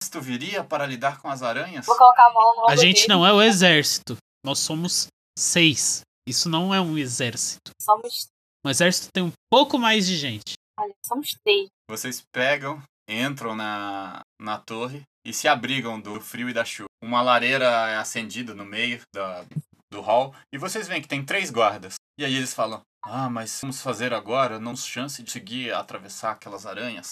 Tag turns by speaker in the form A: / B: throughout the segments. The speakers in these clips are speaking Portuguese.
A: exército viria para lidar com as aranhas?
B: Vou colocar a mão no ombro
C: A gente
B: dele.
C: não é o exército. Nós somos seis. Isso não é um exército.
B: Somos,
C: Um exército tem um pouco mais de gente.
B: olha, somos três.
A: Vocês pegam, entram na, na torre e se abrigam do frio e da chuva. Uma lareira é acendida no meio da, do hall e vocês veem que tem três guardas. E aí eles falam: Ah, mas vamos fazer agora? Não chance de conseguir atravessar aquelas aranhas.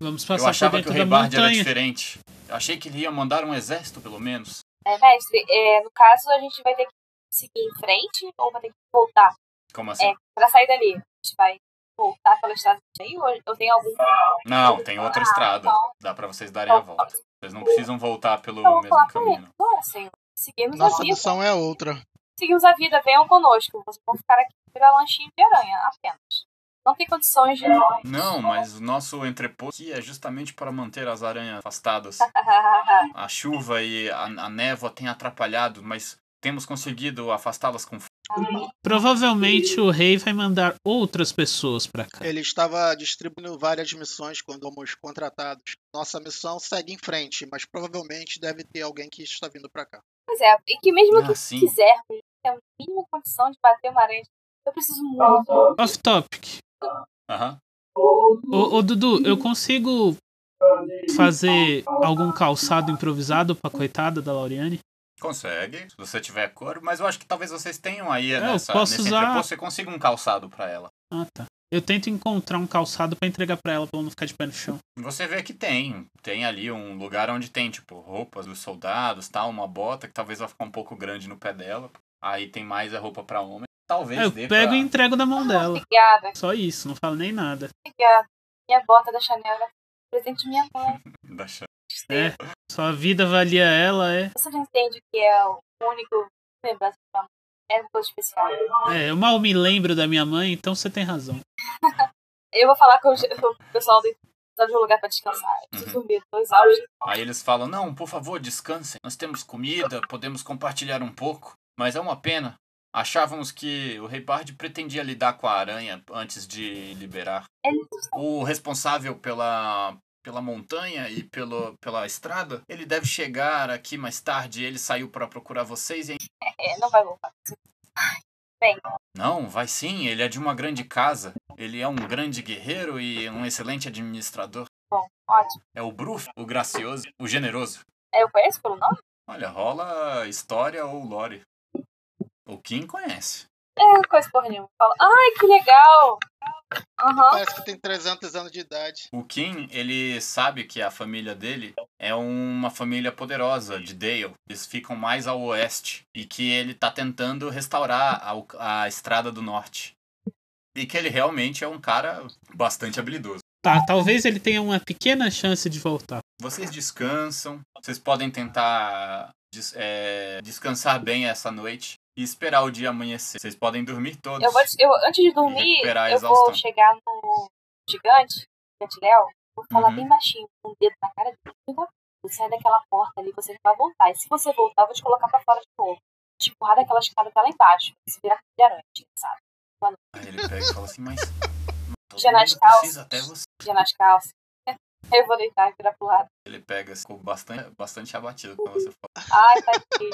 C: Vamos
A: Eu
C: passar por
A: achava que o
C: dentro
A: Rei
C: da
A: Bard era
C: tá montanha.
A: diferente. Eu achei que ele ia mandar um exército, pelo menos.
B: É, mestre, é, no caso a gente vai ter que seguir em frente ou vai ter que voltar
A: Como assim?
B: É. pra sair dali? A gente vai voltar pela estrada que tem ou eu tenho algum.
A: Não, tem outra estrada. Dá pra vocês darem a volta. Vocês não precisam voltar pelo
B: Então, vamos
A: mesmo
B: falar com ele
A: caminho.
B: agora, senhor. Seguimos a
D: Nossa
B: vida.
D: missão é outra.
B: Seguimos a vida, venham conosco. Vocês vão ficar aqui virar lanchinho de aranha, apenas. Não tem condições de nós.
A: Não, mas o nosso entreposto aqui é justamente para manter as aranhas afastadas. A chuva e a, a névoa têm atrapalhado, mas temos conseguido afastá-las com f-
C: Provavelmente o rei vai mandar outras pessoas pra cá.
D: Ele estava distribuindo várias missões quando fomos contratados. Nossa missão segue em frente, mas provavelmente deve ter alguém que está vindo pra cá.
B: pois é, e que mesmo que
A: Ah, sim.
B: quisermos, temos a mínima condição de bater uma aranha. Eu preciso muito.
C: Off topic.
A: Aham.
C: Ô, ô, Dudu, eu consigo fazer algum calçado improvisado pra coitada da Lauriane?
A: Consegue, se você tiver couro, mas eu acho que talvez vocês tenham aí nessa,
C: É, posso
A: nesse
C: usar-
A: entreposto, você consiga um calçado pra ela.
C: Ah, tá. Eu tento encontrar um calçado pra entregar pra ela pra ela não ficar de pé no chão.
A: Você vê que tem, tem ali um lugar onde tem, tipo, roupas dos soldados, tal, uma bota que talvez vai ficar um pouco grande no pé dela. Aí tem mais a roupa pra homem. Talvez
C: Aí É, Ah, eu
A: dê
C: pego
A: pra...
C: e entrego na mão dela.
B: Obrigada,
C: Só isso, não falo nem nada.
B: obrigada. Minha bota da Chanel era presente de minha mãe.
A: Da chance.
C: É, sua vida valia ela, é.
B: Você não entende o que é o único lembrança de minha mãe. É uma coisa especial.
C: É, eu mal me lembro da minha mãe, então você tem razão.
B: Eu vou falar com o ge- com o pessoal do precisa de um lugar pra descansar. Eu preciso dormir, tô exausto.
A: Aí eles falam: não, por favor, descansem. Nós temos comida, podemos compartilhar um pouco. Mas é uma pena. Achávamos que o Rei Bard pretendia lidar com a aranha antes de liberar.
B: Ele
A: O responsável pela, pela montanha e pelo, pela estrada, ele deve chegar aqui mais tarde. Ele saiu para procurar vocês. Hein?
B: é, não vai voltar.
A: Não, vai sim. Ele é de uma grande casa. Ele é um grande guerreiro e um excelente administrador.
B: Ótimo.
A: É o Bruf, o gracioso, o generoso.
B: É, Eu conheço pelo nome?
A: Olha, rola história ou lore. O Kim conhece.
B: É, não conheço porra nenhuma. Fala, ai, que legal! Aham.
D: Parece que tem 300 anos de idade.
A: O Kim, ele sabe que a família dele é uma família poderosa de Dale. Eles ficam mais ao oeste e que ele tá tentando restaurar a, o- a estrada do norte. E que ele realmente é um cara bastante habilidoso.
C: Tá, talvez ele tenha uma pequena chance de voltar.
A: Vocês descansam, vocês podem tentar des- é, descansar bem essa noite e esperar o dia amanhecer. Vocês podem dormir todos.
B: Eu vou, eu, antes de dormir,
A: Recuperar a
B: eu
A: exaustão.
B: vou chegar no gigante, gigante Léo, vou falar
A: Uhum.
B: bem baixinho, com o dedo na cara dele. "Filho da puta, Sai daquela porta ali, você não vai voltar. E se você voltar, eu vou te colocar pra fora de novo. Te empurrar daquela escada até lá embaixo. Se virar com de aranha, sabe?
A: Aí ele pega e fala assim, mas... todo
B: Já nas
A: mundo
B: calças.
A: precisa, até você.
B: Já nas calças. eu vou deitar e virar pro lado.
A: Ele pega, assim, ficou bastante, bastante abatido quando você fala.
B: Ai, tá aqui.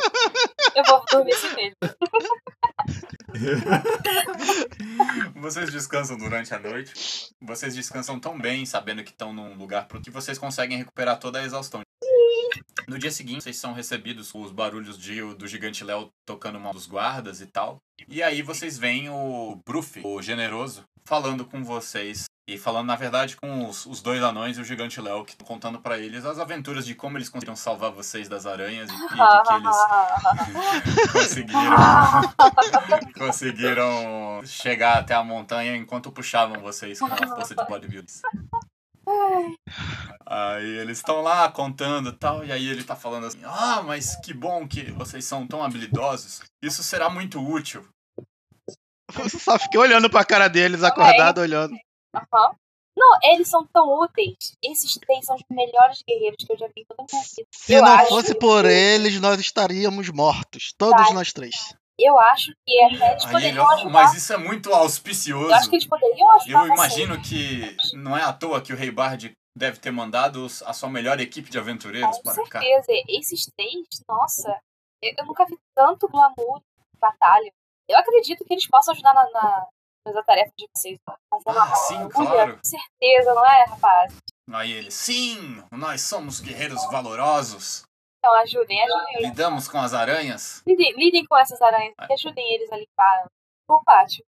B: Eu vou dormir assim sem ele.
A: Vocês descansam durante a noite. Vocês descansam tão bem, sabendo que estão num lugar pro que vocês conseguem recuperar toda a exaustão. No dia seguinte, vocês são recebidos com os barulhos de, do gigante Léo tocando uma dos guardas e tal. E aí vocês veem o Bruf, o generoso, falando com vocês. E falando, na verdade, com os, os dois anões e o gigante Léo, que estão contando pra eles as aventuras de como eles conseguiram salvar vocês das aranhas e, e de que eles conseguiram conseguiram chegar até a montanha enquanto puxavam vocês com a força de bodybuilders. Aí eles estão lá contando e tal, e aí ele tá falando assim: Ah, mas que bom que vocês são tão habilidosos, isso será muito útil.
D: Eu só fiquei olhando pra cara deles,
B: é
D: acordado, olhando.
B: Aham. Não, eles são tão úteis. Esses três são os melhores guerreiros que eu já vi em toda a minha vida.
D: Se
B: Eu
D: não
B: acho
D: fosse
B: que-
D: por eles, nós estaríamos mortos. Todos
B: Vai.
D: nós três.
B: Eu acho que até eles
A: Aí ele,
B: poderiam ajudar.
A: mas isso é muito auspicioso.
B: Eu acho que eles poderiam ajudar
A: Eu
B: vocês.
A: imagino que não é à toa que o Rei Bard deve ter mandado os- a sua melhor equipe de aventureiros
B: Com
A: para cá.
B: certeza. Esses três, nossa, eu, eu nunca vi tanto glamour em batalha. Eu acredito que eles possam ajudar na, na, nessa tarefa de vocês. Fazendo
A: Ah,
B: uma
A: sim,
B: loucura,
A: claro.
B: Com certeza, não é, rapaz?
A: Aí ele, sim, nós somos guerreiros valorosos,
B: Então ajudem,
A: Ah,
B: ajudem. eles.
A: lidamos com as aranhas.
B: Lidem, lidem com essas aranhas
A: Ah.
B: e ajudem eles a limpar o pátio.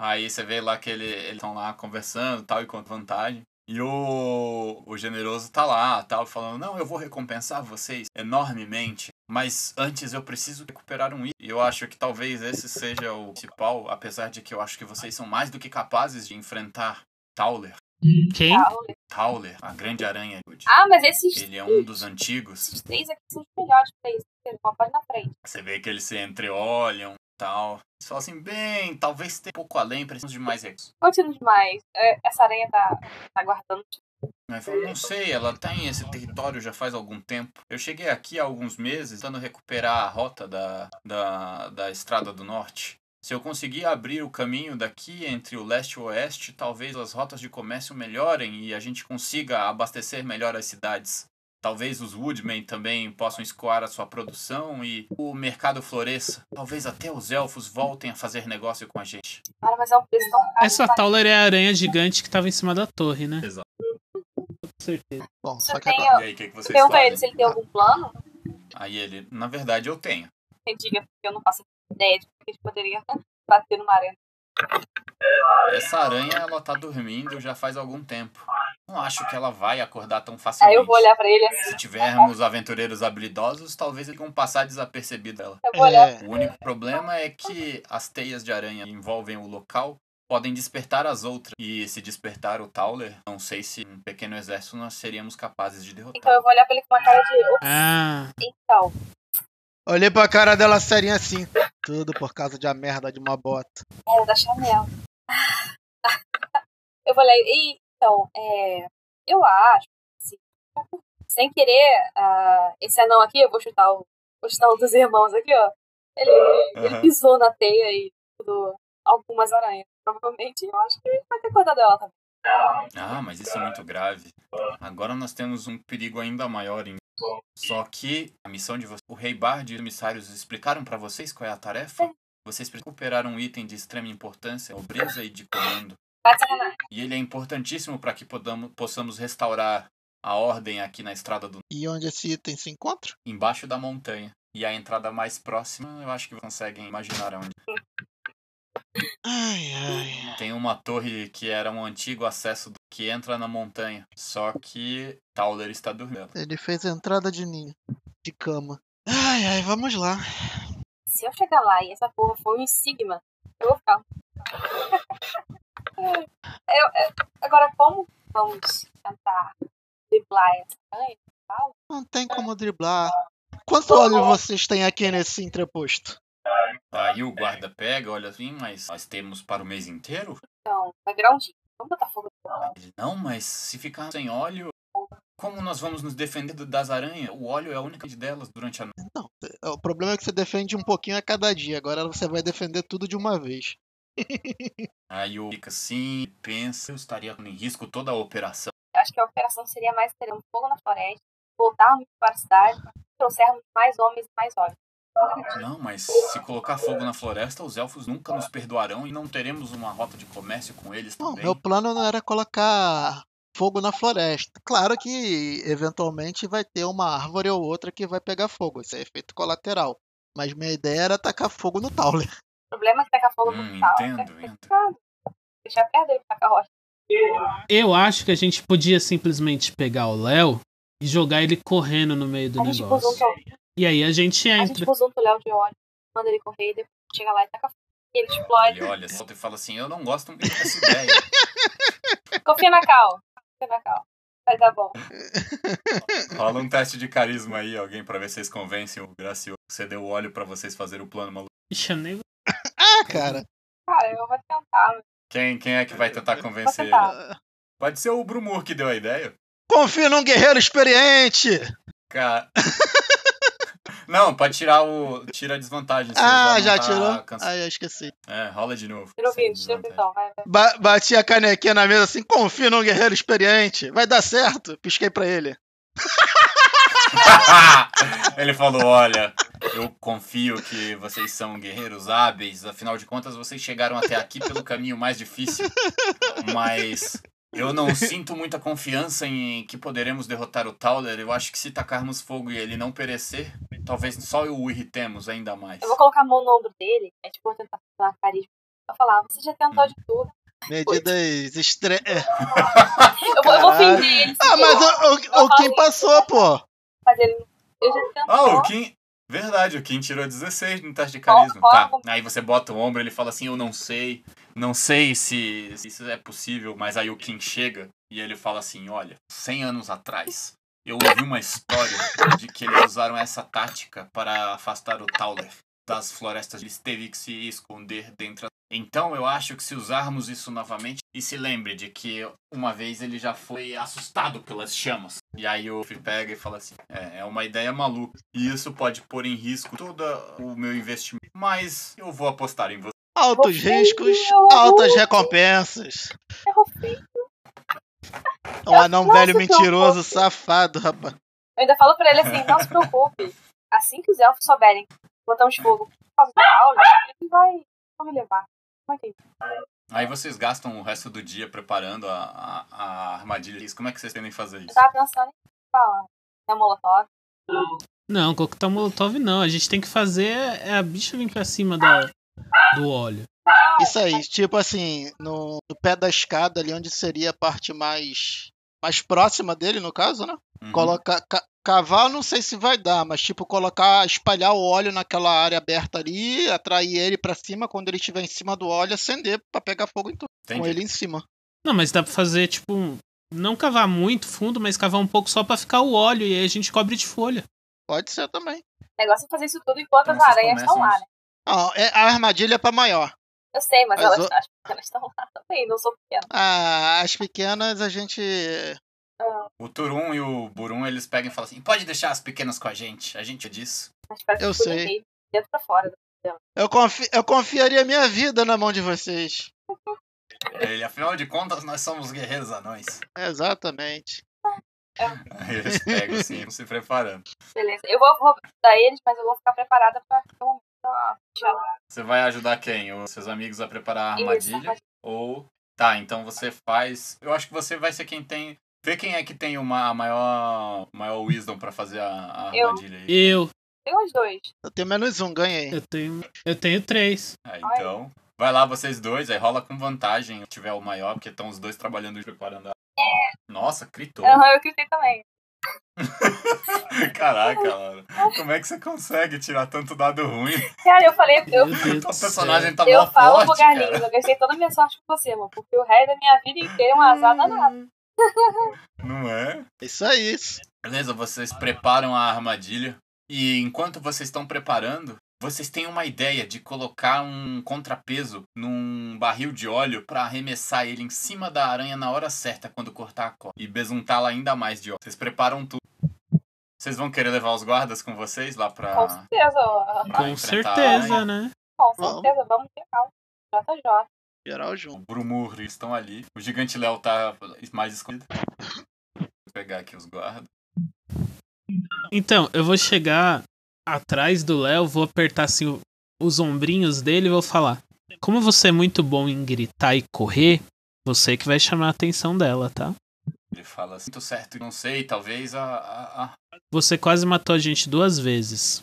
A: Aí você vê lá que ele, eles estão lá conversando tal, e com vantagem. E o, o generoso tá lá, tal, falando, não, eu vou recompensar vocês enormemente. Mas antes eu preciso recuperar um item. E eu acho que talvez esse seja o principal, apesar de que eu acho que vocês são mais do que capazes de enfrentar Tauler.
C: Quem?
A: Tauler, a grande aranha. de Wood.
B: Ah, mas esses,
A: Ele é um dos antigos.
B: esses três aqui são os melhores pra isso. Uma pode na frente.
A: Você vê que eles se entreolham tal. Eles falam assim, bem, talvez tenha um pouco além, precisamos de mais recursos.
B: Continua demais. É, Essa aranha tá, tá guardando
A: Mas eu não sei, ela tá em esse território já faz algum tempo. Eu cheguei aqui há alguns meses tentando recuperar a rota da, da, da Estrada do Norte. Se eu conseguir abrir o caminho daqui entre o leste e o oeste, talvez as rotas de comércio melhorem e a gente consiga abastecer melhor as cidades. Talvez os Woodmen também possam escoar a sua produção e o mercado floresça. Talvez até os elfos voltem a fazer negócio com a gente.
B: Cara, mas é um preço tão caro.
C: Essa Tauler é a aranha gigante que tava em cima da torre, né?
A: Exato.
C: Com certeza.
D: Bom,
B: Você
D: só que
B: tem
D: agora.
A: E aí, o que, que vocês
B: Pergunta a
A: fazem?
B: ele se ele tem algum plano.
A: Aí ele, na verdade, eu tenho.
B: Ele diga, porque eu não faço ideia de que ele poderia bater numa aranha.
A: Essa aranha, ela tá dormindo já faz algum tempo. Não acho que ela vai acordar tão
B: Aí
A: facilmente.
B: eu vou olhar pra ele assim.
A: Se tivermos aventureiros habilidosos, talvez eles vão passar desapercebido dela.
B: Eu vou
D: É,
B: olhar.
A: O único problema é que as teias de aranha que envolvem o local podem despertar as outras. E se despertar o Tauler, não sei se um pequeno exército nós seríamos capazes de
B: Então
A: derrotar.
B: eu vou olhar pra ele com uma cara de. "Ops,
C: Ah,
B: Então,
D: Olhei pra cara dela serinha assim. Tudo por causa de a merda de uma bota.
B: era da Chanel. eu vou olhar e. Então, é. Eu acho. assim, sem querer, ah, esse anão aqui, eu vou chutar o. Vou chutar um dos irmãos aqui, ó. Ele, Então, ele
A: Aham.
B: pisou na teia e tudo. Algumas aranhas. Provavelmente, eu acho que ele vai ter tá? acordado ela também.
A: Ah, mas isso é muito grave. Agora nós temos um perigo ainda maior em. Só que a missão de vocês. O Rei Bard e os emissários explicaram pra vocês qual é a tarefa? Vocês precisam recuperar um item de extrema importância, nobreza e de comando.
B: Vai de sacanagem.
A: E ele é importantíssimo para que podamos, possamos restaurar a ordem aqui na estrada do.
D: E onde esse item se encontra?
A: embaixo da montanha. E a entrada mais próxima, eu acho que conseguem imaginar onde.
D: Ai, ai.
A: Tem uma torre que era um antigo acesso do- que entra na montanha. Só que Tauler está dormindo.
D: Ele fez a entrada de ninho. De cama. Ai, ai, vamos lá.
B: Se eu chegar lá e essa porra for um Sigma, eu vou ficar. Eu- eu- agora, como vamos tentar driblar essa aranha?
D: Não tem como driblar. Quanto óleo vocês têm aqui nesse entreposto? Tá,
A: Aí Tá,
D: é.
A: o guarda pega, olha assim, mas nós temos para o mês inteiro?
B: Então, vai virar um dia. Vamos botar fogo.
A: Ele, não, mas se ficar sem óleo, como nós vamos nos defender do- das aranhas? O óleo é a única de delas durante a noite.
D: Não, o problema é que você defende um pouquinho a cada dia. Agora você vai defender tudo de uma vez.
A: Aí o fica assim, pensa, eu estaria em risco toda a operação.
B: Eu acho que a operação seria mais ter um fogo na floresta, voltarmos para a cidade, trouxermos mais homens e mais olhos.
A: Não, mas se colocar fogo na floresta, os elfos nunca nos perdoarão e não teremos uma rota de comércio com eles
D: Não,
A: também.
D: meu plano não era colocar fogo na floresta. Claro que eventualmente vai ter uma árvore ou outra que vai pegar fogo. Isso é efeito colateral. Mas minha ideia era tacar fogo no Tauler.
B: O problema é que tacar fogo
A: Hum,
B: no tal.
A: entendo,
B: é
A: entendo.
B: complicado. Deixar perto dele tacar rocha.
C: eu acho que a gente podia simplesmente pegar o Léo e jogar ele correndo no meio do
B: A gente
C: negócio.
B: consulta,
C: E aí a gente
B: a
C: entra.
B: gente consulta o Léo de óleo, manda ele correr e depois chega lá e taca fogo. E ele explode.
A: Ele olha, solta e assim, fala assim, eu não gosto muito dessa ideia.
B: Confia na Cal. Confia na Cal. Vai dar bom.
A: Rola um teste de carisma aí, alguém, pra ver se vocês convencem o Gracioso. Você deu o óleo pra vocês fazerem o plano maluco.
C: Ixi, eu nem...
D: Ah, cara.
B: Cara, eu vou tentar. mas
A: Quem, quem é que vai tentar
B: Vou
A: convencer ele?
B: tentar.
A: Pode ser o Brumur que deu a ideia.
D: Confio num guerreiro experiente.
A: Cara. Não, pode tirar o. Tira a desvantagem. se
D: Ah,
A: ele
D: já
A: não tá
D: tirou?
A: cansa-
D: Ah, eu esqueci.
A: É, rola de novo.
B: Tira o
A: sem
B: vídeo, tira o
A: desvantagem.
B: então, vai. vai.
D: Ba- bati a canequinha na mesa assim, confio num guerreiro experiente. Vai dar certo. Pisquei pra ele.
A: Ele falou: Olha, eu confio que vocês são guerreiros hábeis, afinal de contas vocês chegaram até aqui pelo caminho mais difícil, mas eu não sinto muita confiança em que poderemos derrotar o Tauler. Eu acho que se tacarmos fogo e ele não perecer, talvez só o irritemos ainda mais.
B: Eu vou colocar a mão no ombro dele, aí tipo, vou tentar falar carisma. Eu vou falar, você já tentou de tudo.
D: Medidas estre... é.
B: Eu vou, eu vou
D: Caralho.
B: ofender ele.
D: Ah, mas o, o, o Kim passou, pô.
B: Fazer ele. Eu já tentou.
A: Ah, o Kim. Verdade, o Kim tirou 16 no teste de carisma. Tá. Aí você bota o ombro, ele fala assim: Eu não sei, não sei se, se isso é possível, mas aí o Kim chega e ele fala assim: Olha, 100 anos atrás, eu ouvi uma história de que eles usaram essa tática para afastar o Tauler das florestas. Eles teve que se esconder dentro. Então eu acho que se usarmos isso novamente. E se lembre de que uma vez ele já foi assustado pelas chamas. E aí o Fih pega e fala assim: é, é uma ideia maluca. E isso pode pôr em risco todo o meu investimento. Mas eu vou apostar em você.
D: Altos
B: Você
D: riscos,
B: viu?
D: altas recompensas.
B: Eu ofendo.
D: Um anão
B: posso
D: velho
B: ter um
D: mentiroso,
B: pouco.
D: safado, rapaz.
B: Eu ainda falo pra ele assim, não se preocupe. Assim que os elfos souberem que botamos fogo por causa da aula, ele vai vai me levar. Como é que é isso?
A: Aí vocês gastam o resto do dia preparando a, a, a armadilha. Como é que vocês tendem fazer
B: Eu
D: Tá,
A: isso?
B: tava pensando em falar. É molotov.
C: Não, coquetel molotov não. A gente tem que fazer é a bicha vir pra cima da, do óleo.
D: Isso aí, tipo assim, no, no pé da escada ali, onde seria a parte mais, mais próxima dele, no caso, né?
A: Uhum.
D: Colocar. ca- cavar, não sei se vai dar, mas tipo, colocar, espalhar o óleo naquela área aberta ali, atrair ele pra cima, quando ele estiver em cima do óleo, acender pra pegar fogo em tudo, com
A: Entendi.
D: ele em cima.
C: Não, mas dá pra fazer, tipo, um- não cavar muito fundo, mas cavar um pouco só pra ficar o óleo e aí a gente cobre de folha.
D: Pode ser também.
B: O negócio é fazer isso tudo enquanto
A: Então
B: as
A: vocês
B: aranhas estão lá,
A: começam
B: né?
D: Não, é, a armadilha é pra maior.
B: Eu sei, mas,
D: Mas
B: elas,
D: o-
B: as pequenas estão lá também, não sou pequena.
D: Ah, as pequenas a gente.
A: O Turum e o Burum eles pegam e falam assim: pode deixar as pequenas com a gente, a gente disso.
B: Mas parece
D: Eu
B: que tudo
D: sei.
B: meio dentro pra fora.
D: Eu, confi- eu confiaria minha vida na mão de vocês.
A: Ele, afinal de contas, nós somos guerreiros anões.
D: Exatamente.
A: Aí eles pegam assim, se preparando.
B: Beleza. Eu vou, vou dar eles, mas eu vou ficar preparada pra ter um momento. ó, já-
A: Você vai ajudar quem? Os seus amigos a preparar a
B: Isso,
A: armadilha? Ou. Tá, então você faz. Eu acho que você vai ser quem tem. Vê quem é que tem uma a maior. maior wisdom pra fazer a, a
B: Eu.
A: armadilha aí.
C: Eu,
B: Tem os dois.
D: Eu tenho menos um, ganhei.
C: eu tenho, eu tenho três.
A: Ah, então. Vai lá vocês dois, aí rola com vantagem se tiver o maior, porque estão os dois trabalhando e preparando a. Nossa, critou.
B: Aham, É. eu gritei também.
A: Caraca, Laura. Como é que você consegue tirar tanto dado ruim?
B: Cara, eu falei, eu,
C: Meu Deus
A: Tua
C: do céu.
A: personagem tá
B: eu
A: mó
B: falo pro
A: forte,
B: Garlinhos,
A: cara.
B: eu gastei toda a minha sorte com você, mano, porque o resto da minha vida inteira é um azar
D: Hum.
B: danado.
A: Não é?
D: Isso é isso.
A: Beleza, vocês preparam a armadilha. E enquanto vocês estão preparando, vocês têm uma ideia de colocar um contrapeso num barril de óleo pra arremessar ele em cima da aranha na hora certa quando cortar a corda e besuntá-la ainda mais de óleo. Vocês preparam tudo. Vocês vão querer levar os guardas com vocês lá pra.
B: Com certeza, ó,
A: pra
C: Com
A: enfrentar a
C: certeza,
A: aranha?
C: né?
B: com certeza, vamos ter calma. JJ.
D: Geral junto.
A: O Brumur estão ali. O gigante Léo tá mais escondido. Vou pegar aqui os guardas.
C: Então, eu vou chegar atrás do Léo, vou apertar assim o- os ombrinhos dele e vou falar: Como você é muito bom em gritar e correr, você que vai chamar a atenção dela, tá?
A: Ele fala assim: tô certo, não sei, talvez a- a- a
C: Você quase matou a gente duas vezes.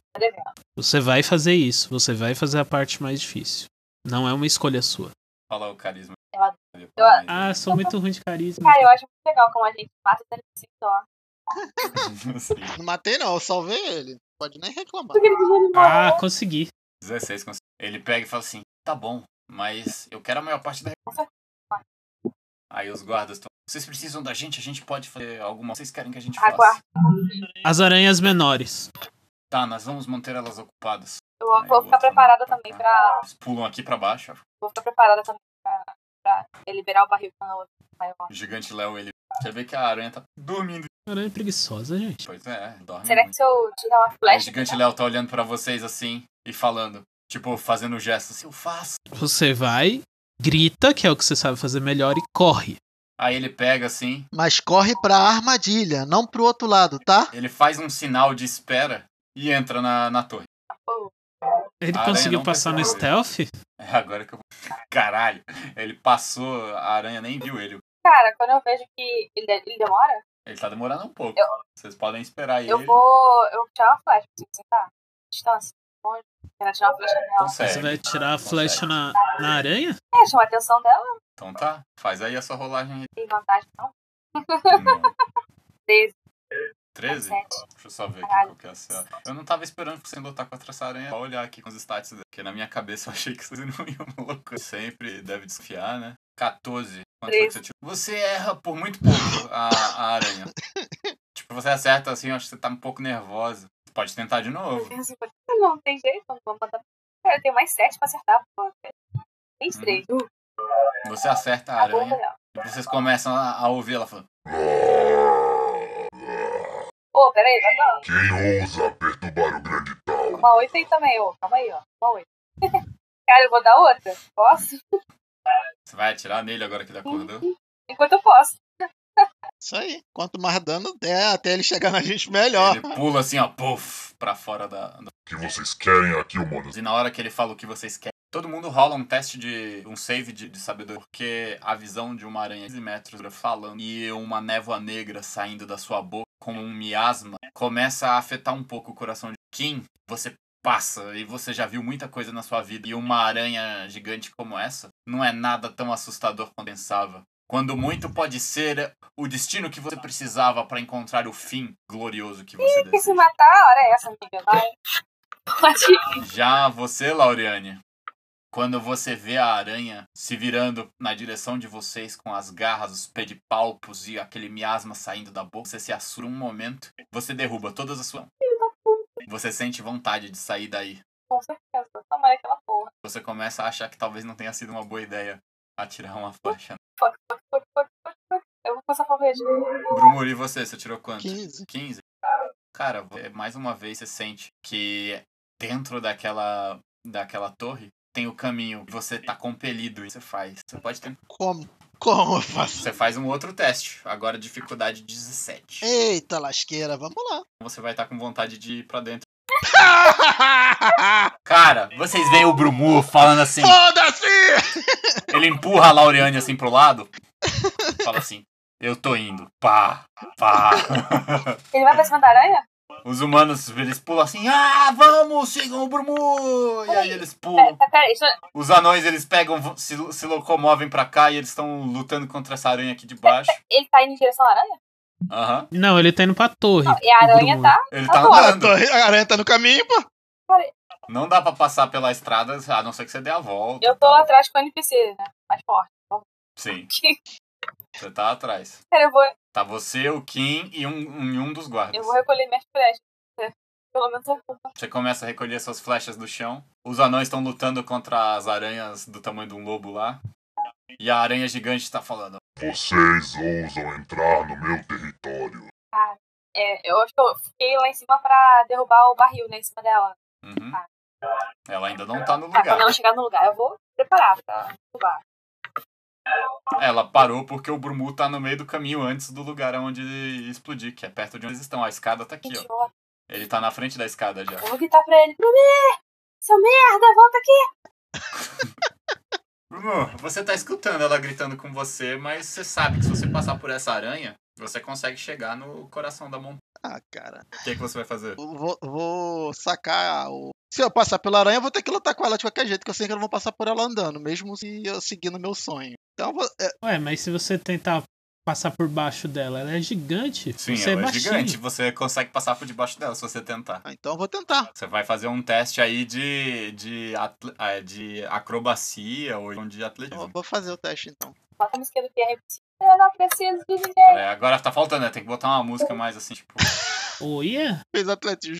C: Você vai fazer isso, você vai fazer a parte mais difícil. Não é uma escolha sua.
A: Fala o carisma.
B: Eu adoro.
A: Olha,
B: Eu adoro.
C: Ah, sou muito ruim de carisma.
B: Cara, eu acho muito legal como a gente mata o Tenerife só.
A: Sim.
D: Não matei, não, eu salvei ele. Pode nem reclamar.
B: Por que ele deixou ele morrer?
C: Ah, consegui.
A: 16 cons- Ele pega e fala assim: tá bom, mas eu quero a maior parte da. Aí os guardas estão. Vocês precisam da gente, a gente pode fazer alguma. Vocês querem que a gente faça?
B: Aguarde.
C: As aranhas menores.
A: Tá, nós vamos manter elas ocupadas.
B: Eu vou ficar preparada também pra.
A: Eles pulam aqui pra baixo. ó.
B: Vou ficar preparada também pra, pra liberar o barril pra outra.
A: O gigante Léo, ele. Você vê que a aranha tá dormindo.
C: Aranha preguiçosa, gente.
A: Pois é, dorme.
B: Será que
A: muito.
B: se eu tirar uma
A: Aí O
B: flecha.
A: gigante Léo tá olhando pra vocês assim e falando. Tipo, fazendo um gesto assim, eu faço.
C: Você vai, grita, que é o que você sabe fazer melhor, e corre.
A: Aí ele pega assim,
D: Mas corre pra armadilha, não pro outro lado, tá?
A: ele faz um sinal de espera e entra na, na torre.
C: Ele
A: A aranha
C: conseguiu
A: não
C: passar no
A: percebeu.
C: stealth?
A: É agora que eu. Caralho, ele passou, a aranha nem viu ele.
B: Cara, quando eu vejo que ele, ele demora,
A: Ele tá demorando um pouco. Vocês podem esperar ele.
B: eu vou. Eu vou tirar uma flecha pra você tá? Distância. Longe. Quero tirar uma flecha nela.
A: Consegue.
C: Você vai tirar a
A: Consegue.
C: flecha na, na aranha?
B: É, chamar a atenção dela.
A: Então tá, faz aí a sua rolagem aí.
B: Tem vantagem, não?
A: Não.
B: 13,
A: 13?
B: 17.
A: Deixa eu só ver aqui
B: Tá Caralho.
A: qual que é essa. Eu não tava esperando que você lutar contra essa aranha. Só olhar aqui com os stats dela. Porque na minha cabeça eu achei que vocês não iam louco. Sempre deve desfiar, né? 14. Quanto foi que você tirou? Você erra por muito pouco a, a aranha. tipo, você acerta assim, eu acho que você tá um pouco nervosa. Pode tentar de novo.
B: Não tem jeito, não vou mandar. Cara, eu tenho mais 7 pra acertar, pô. 23.
A: Hum,
B: Uh,
A: Você acerta a
B: a boca
A: aranha.
B: dela.
A: E vocês começam a, a ouvir ela falando.
B: Ô, peraí, vai lá.
E: Quem ousa perturbar o grande tal?
B: Uma 8 aí também, ô. Calma aí, ó. Uma 8. Cara, eu vou dar outra? Posso?
A: Você vai atirar nele agora que ele acordou?
B: Enquanto eu posso.
D: Isso aí. Quanto mais dano der, até ele chegar na gente, melhor.
A: Ele pula assim, ó, puff, pra fora da, da.
E: Que vocês querem aqui, humanos?
A: E na hora que ele fala o que vocês querem. Todo mundo rola um teste de. um save de, de sabedoria. Porque a visão de uma aranha de 15 metros falando e uma névoa negra saindo da sua boca como um miasma começa a afetar um pouco o coração de Kim. Você passa e você já viu muita coisa na sua vida. E uma aranha gigante como essa não é nada tão assustador quanto pensava. Quando muito pode ser o destino que você precisava para encontrar o fim glorioso que você
B: Quem se
A: deseja.
B: matar, a hora é essa, amiga. Vai. Pode.
A: Já você, Laureane, quando você vê a aranha se virando na direção de vocês com as garras, os pedipalpos e aquele miasma saindo da boca, você se assusta um momento, você derruba todas as suas. Você sente vontade de sair daí.
B: Com certeza. Toma aí aquela porra.
A: Você começa a achar que talvez não tenha sido uma boa ideia atirar uma flecha. né?
B: Fuck, fuck, fuck, fuck. Eu vou passar pra verde.
A: Brumuri, você, você tirou quanto?
D: 15.
A: 15. Cara, vo- é, mais uma vez você sente que dentro daquela, daquela torre tem o caminho. Você tá compelido e você faz. Você pode tentar.
D: Como? Como eu faço?
A: Você faz um outro teste. Agora dificuldade
D: É.
A: 17.
D: Eita lasqueira, vamos lá.
A: Você vai estar com vontade de ir pra dentro. Cara, vocês veem o Brumur falando assim.
D: Foda-se!
A: Ele empurra a Laureane assim pro lado. Fala assim. Eu tô indo. Pá, pá.
B: Ele vai pra cima da aranha?
A: Os humanos, eles pulam assim. Ah, vamos, sigam o Brumur. E aí eles pulam.
B: É, Pera, pera, deixa eu-
A: Os anões eles pegam, vo- se, se locomovem pra cá e eles estão lutando contra essa aranha aqui de baixo.
B: Ele tá indo em direção à aranha?
A: Aham.
C: Não, ele tá indo pra torre.
B: E a aranha
C: Bruno.
B: tá.
A: Ele tá
B: Agora,
D: A,
A: andando.
D: torre, a aranha tá no caminho, pô.
A: Não dá pra passar pela estrada, a não ser que você dê a volta.
B: Eu tô lá atrás com o NPC, né? Mais forte.
A: Sim. Você tá atrás.
B: Cara, eu vou,
A: Tá você, o Kim e um, um, e um dos guardas.
B: eu vou recolher minhas flechas. né? Pelo menos eu vou.
A: Você começa a recolher suas flechas do chão. Os anões estão lutando contra as aranhas do tamanho de um lobo lá. E a aranha gigante tá falando.
E: Vocês ousam entrar no meu território.
B: É, eu acho que eu fiquei lá em cima pra derrubar o barril, né? Em cima dela.
A: Uhum. Ela ainda não tá no
B: Tá, quando
A: lugar.
B: ela chegar no lugar, eu vou preparar pra derrubar.
A: Ela parou porque o Brumu tá no meio do caminho antes do lugar onde explodir, que é perto de onde eles estão. A escada tá aqui,
B: Gente,
A: ó.
B: eu
A: Ele tá na frente da escada já.
B: eu vou gritar pra ele: Brumê! Seu merda, volta aqui!
A: Brumu, você tá escutando ela gritando com você, mas você sabe que se você passar por essa aranha, você consegue chegar no coração da montanha.
D: Ah, cara.
A: O que, é que você vai fazer?
D: eu Vou, vou sacar o. Se eu passar pela aranha, eu vou ter que lutar com ela de qualquer jeito, que eu sei que eu não vou passar por ela andando, mesmo se eu seguindo meu sonho. Então, eu vou- é,
C: Ué, mas se você tentar passar por baixo dela, ela é gigante.
A: Sim,
C: você
A: ela é
C: baixinho.
A: gigante. Você consegue passar por debaixo dela se você tentar.
D: ah, então eu vou tentar.
A: Você vai fazer um teste aí de, de, atl- ah, de acrobacia ou de
D: Eu
A: atletismo.
D: vou fazer o teste então.
B: Bota a música do Pierre Eu não preciso de ninguém.
A: É, agora tá faltando, né? Tem que botar uma música mais assim, tipo.
C: Olha,
D: Fez atletismo.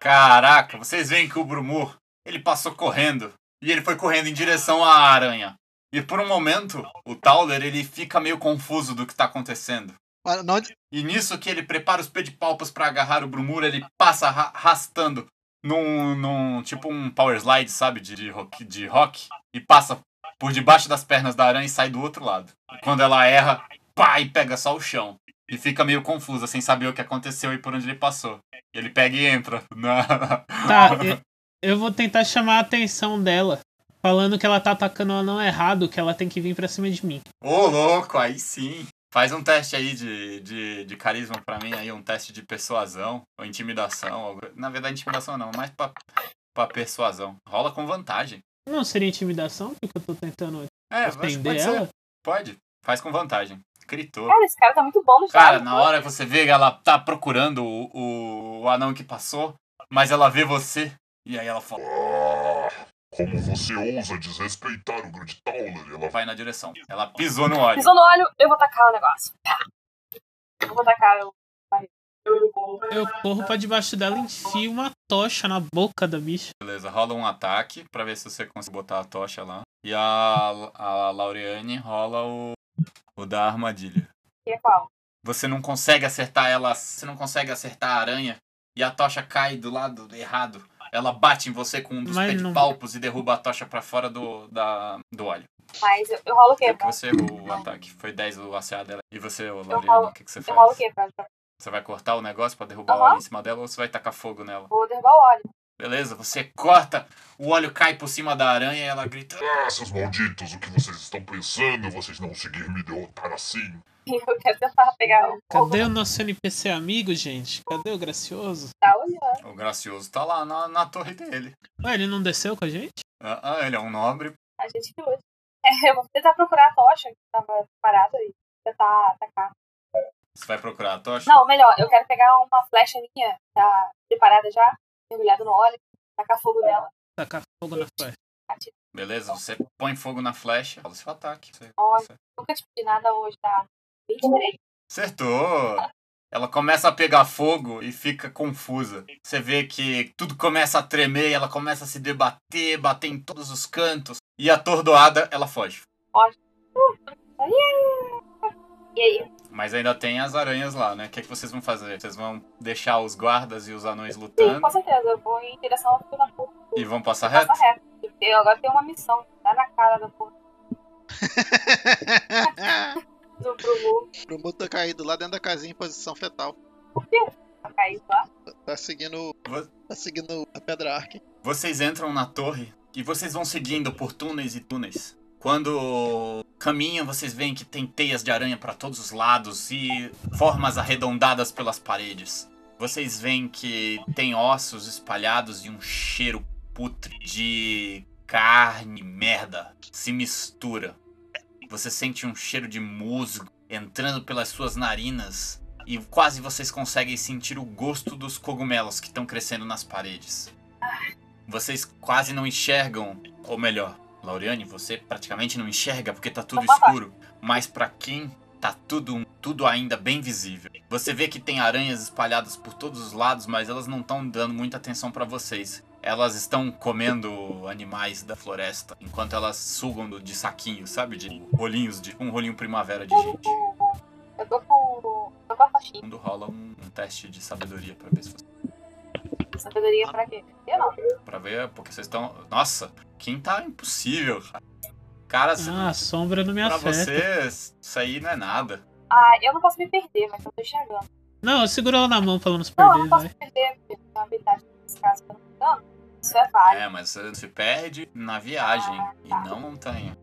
A: Caraca, vocês veem que o Brumur, ele passou correndo. E ele foi correndo em direção à aranha. E por um momento, o Tauler, ele fica meio confuso do que tá acontecendo.
D: Mas não,
A: E nisso que ele prepara os pés de palpas pra agarrar o Brumur, ele passa ra- arrastando num, num tipo um power slide, sabe, de, de, rock, de rock, e passa por debaixo das pernas da aranha e sai do outro lado. E quando ela erra, pá, e pega só o chão. E fica meio confusa, sem saber o que aconteceu e por onde ele passou. E ele pega e entra na...
C: tá. eu, eu vou tentar chamar a atenção dela. Falando que ela tá atacando o anão errado, que ela tem que vir pra cima de mim.
A: Ô, louco, aí sim. Faz um teste aí de, de, de carisma pra mim, aí um teste de persuasão, ou intimidação. ou- Na verdade, intimidação não, mais pra, pra persuasão. Rola com vantagem.
C: Não seria intimidação? Porque eu tô tentando
A: É, acho que
C: defender
A: pode ser.
C: ela?
A: Pode, faz com vantagem. Gritou.
B: Cara, esse cara tá muito bom no
A: Cara,
B: jogo.
A: na hora que você vê, ela tá procurando o, o, o anão que passou, mas ela vê você, e aí ela fala,
E: Ah, como você ousa desrespeitar o grande Tauler? Ela
A: vai na direção. Ela pisou no óleo.
B: Pisou no óleo, eu vou tacar o negócio. Pá. Eu vou tacar o barril.
C: Eu corro pra debaixo dela e enfio uma tocha na boca da bicha.
A: Beleza, rola um ataque pra ver se você consegue botar a tocha lá. E a, a Laureane rola o, o da armadilha.
B: Que é qual?
A: Você não consegue acertar ela, você não consegue acertar a aranha e a tocha cai do lado errado. Ela bate em você com um dos
C: Mas
A: pés de
C: não-
A: palpos e derruba a tocha pra fora do, da, do óleo.
B: Mas eu, eu rolo o quê?
A: É que
B: Bruno?
A: você errou o ataque. Foi 10 o ACA dela. E você, ô, Laureane,
B: rolo-
A: o que, que você
B: Eu rolo o
A: faz?
B: quê, Bruno?
A: Você vai cortar o negócio pra derrubar o
B: Aham.
A: óleo em cima dela ou você vai tacar fogo nela?
B: Vou derrubar o óleo.
A: Beleza, você corta, o óleo cai por cima da aranha e ela grita.
E: Ah, seus malditos, o que vocês estão pensando? Vocês não conseguir me derrotar assim?
B: Eu quero tentar pegar o fogo
C: Cadê o nosso NPC amigo, gente? Cadê o gracioso?
B: tá olhando.
A: O gracioso tá lá na, na torre dele.
C: Ué, ele não desceu com a gente?
A: Ah, ah, ele é um nobre.
B: A gente que luta. É, eu vou tentar procurar a tocha que tava parada e tentar atacar.
A: Você vai procurar a tocha?
B: Não, melhor, eu quero pegar uma flecha minha, tá preparada já, mergulhada no óleo, tacar fogo nela.
C: Tacar fogo na flecha.
A: Beleza, você põe fogo na flecha. Fala o seu ataque. Você-
B: Olha.
A: você-
B: Nunca te pedi nada hoje, tá? 23.
A: Acertou! Ela começa a pegar fogo e fica confusa. Você vê que tudo começa a tremer, ela começa a se debater, bater em todos os cantos. E atordoada, ela foge.
B: E aí?
A: Mas ainda tem as aranhas lá, né? O que, é que vocês vão fazer? Vocês vão deixar os guardas e os anões
C: Tá.
B: Sim,
A: lutando
B: com certeza, eu vou em direção ao fio da porra,
A: e vão passar reto?
B: passa reto. Porque eu agora tenho uma missão, tá na cara da porra do Bruno
D: Pro mundo tá caído lá dentro da casinha em posição fetal.
B: tá caído lá.
D: Tá seguindo.
A: Vo-
D: Tá seguindo a pedra arque.
A: Vocês entram na torre e vocês vão seguindo por túneis e túneis. Quando caminham, vocês veem que tem teias de aranha para todos os lados e formas arredondadas pelas paredes. Vocês veem que tem ossos espalhados e um cheiro putre de carne, merda, se mistura. Você sente um cheiro de musgo entrando pelas suas narinas e quase vocês conseguem sentir o gosto dos cogumelos que estão crescendo nas paredes. Vocês quase não enxergam, ou melhor, Laureane, você praticamente não enxerga porque tá tudo
B: Opa.
A: escuro, mas pra quem tá tudo tudo ainda bem visível. Você vê que tem aranhas espalhadas por todos os lados, mas elas não estão dando muita atenção pra vocês. Elas estão comendo animais da floresta, enquanto elas sugam do- de saquinho, sabe? De rolinhos, de um rolinho primavera de gente.
B: Eu tô com. tô com a faixinha.
A: Quando rola um, um teste de sabedoria pra ver se você.
B: Sabedoria pra quê? Eu não.
A: Pra ver, porque vocês estão. Nossa, quem tá impossível, cara. Cara, cê-
C: Ah, a sombra não me
A: pra
C: afeta.
A: você, isso aí não é nada.
B: Ah, eu não posso me perder, mas eu tô enxergando.
C: Não, eu seguro ela na mão pra ela não se
B: Não, eu não
C: perder,
B: posso
C: vai.
B: me perder, porque eu tenho uma habilidade nesse caso que eu não tô dando. Isso é válido.
A: É, mas você se perde na viagem e não montanha.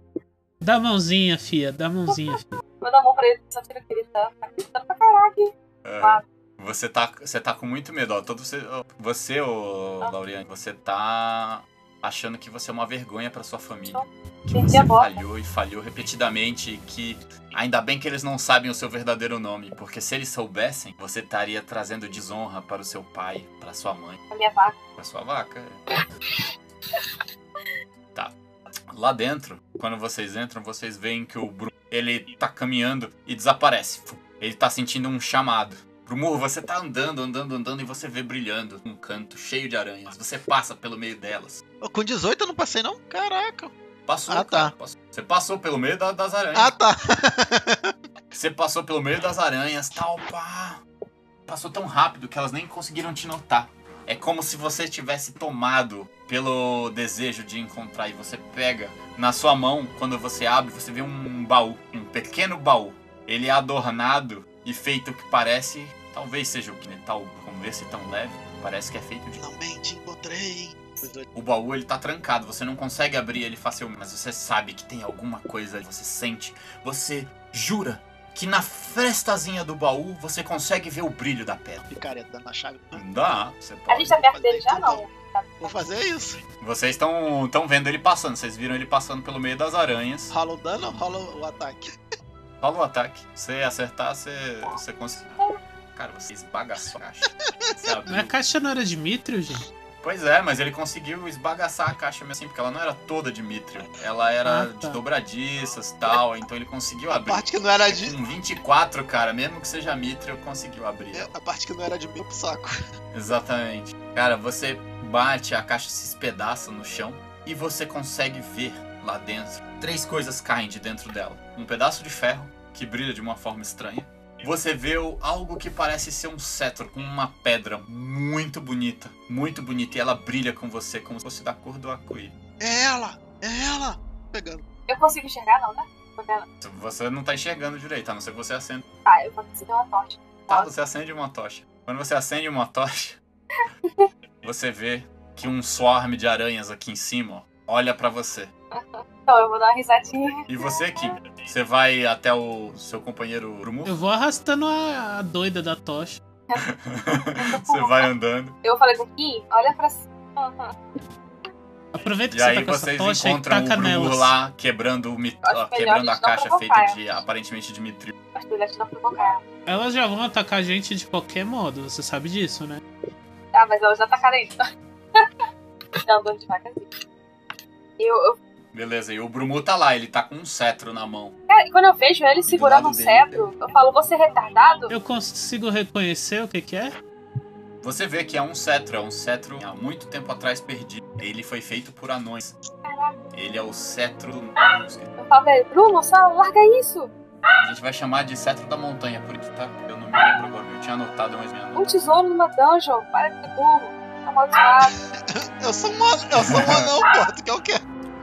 C: Dá a mãozinha, fia. Dá a mãozinha, fia.
B: Vou dar a mão pra ele, só tira aquele tanto. Tá gritando pra caraca. hein?
A: Ah, Você tá, você tá com muito medo, ó. Todo você, ó, você, ô
B: Ah.
A: Laureane, você tá achando que você é uma vergonha pra sua família. Que
B: Perdi
A: você
B: a bola.
A: falhou e falhou repetidamente. e Que ainda bem que eles não sabem o seu verdadeiro nome, porque se eles soubessem, você estaria trazendo desonra para o seu pai, para sua mãe,
B: A minha vaca.
A: para sua vaca. Tá. Lá dentro, quando vocês entram, vocês veem que o Bruno Ele tá caminhando e desaparece. Ele tá sentindo um chamado. Pro morro, você tá andando, andando, andando e você vê brilhando um canto cheio de aranhas. Você passa pelo meio delas.
D: Ô, Com 18 eu não passei, não? Caraca.
A: Passou,
D: Ah,
A: cara,
D: tá.
A: passou. Você passou pelo meio da- das aranhas.
D: Ah, tá.
A: Você passou pelo meio das aranhas, tal, pá. Passou tão rápido que elas nem conseguiram te notar. É como se você tivesse tomado pelo desejo de encontrar e você pega na sua mão, quando você abre, você vê um baú, um pequeno baú. Ele é adornado e feito que parece, talvez seja o quintal, como esse tão leve, parece que é feito de
D: Finalmente encontrei. Os dois-
A: o baú ele tá trancado, você não consegue abrir ele facilmente, mas você sabe que tem alguma coisa ali, você sente, você jura que na frestazinha do baú você consegue ver o brilho da pedra.
D: Picareta dando a chave.
A: Dá, você
B: A
A: pode.
B: gente tá perto dele já não. tá?
D: Vou fazer isso.
A: Vocês estão tão vendo ele passando, vocês viram ele passando pelo meio das aranhas.
D: Rola o dano ou rola o ataque?
A: Rola o ataque. Se você acertar, você, você consegue. Cara, você esbagaçou a caixa. Você abriu.
C: A caixa não é era de Mitrio, gente?
A: Pois é, mas ele conseguiu esbagaçar a caixa mesmo assim, porque ela não era toda de mitrio. Ela era
C: Ah, tá.
A: de dobradiças e tal, então ele conseguiu
D: A
A: abrir.
D: parte que não era de.
A: Com 24, cara, mesmo que seja mitrio, conseguiu abrir. ela.
D: né, A parte que não era de mim é pro saco.
A: Exatamente. Cara, você bate, a caixa se espedaça no chão e você consegue ver lá dentro. Três coisas caem de dentro dela: um pedaço de ferro, que brilha de uma forma estranha. Você vê o- algo que parece ser um cetro com uma pedra muito bonita, muito bonita, e ela brilha com você como se fosse da cor do arco-íris.
D: É ela! É ela! Pegando.
B: Eu consigo enxergar não, né? Tô vendo.
A: Você não tá enxergando direito, a não ser que você acenda.
B: Tá, eu consigo ter uma tocha.
A: Tá, você acende uma tocha. Quando você acende uma tocha, você vê que um swarm de aranhas aqui em cima ó, olha pra você.
B: Então eu vou dar uma risadinha.
A: E você aqui, você vai até o seu companheiro Urumu,
C: Eu vou arrastando a, a doida da tocha.
A: você vai andando,
B: Eu falei com o Ki, olha pra cima.
C: Aproveita
A: e
C: que você
A: aí
C: tá com essa
A: vocês
C: tocha e
A: encontram o
C: taca
A: Urumu
C: nelas.
A: lá quebrando, o mit- ó,
B: Acho melhor
A: quebrando
B: a
A: a
B: gente não
A: caixa
B: provocar
A: feita
B: ela.
A: de aparentemente de mitril.
B: Acho que ele ajuda a provocar.
C: Elas já vão atacar a gente de qualquer modo, você sabe disso, né?
B: Tá, mas elas já atacaram ainda. Não, dois de vacazinha. Eu, eu...
A: Beleza, e o Brumu tá lá, ele tá com um cetro na mão.
B: Cara, é, quando eu vejo ele segurando
A: lado
B: um
A: dele. né?
B: cetro, eu falo, você é retardado?
C: Eu consigo reconhecer o que que é?
A: Você vê que é um cetro, é um cetro há muito tempo atrás perdido. Ele foi feito por anões. Ele é o cetro.
B: Ah! Eu falo pra ele, Bruno, só larga isso.
A: A gente vai chamar de Cetro da Montanha, porque tá? Eu não me lembro agora. Eu tinha anotado, mas minha
B: Um tesouro numa dungeon, para de ser burro. Tá Amaldiçoado.
D: Eu sou um anão, eu sou um anão, pô. Tu quer o quê?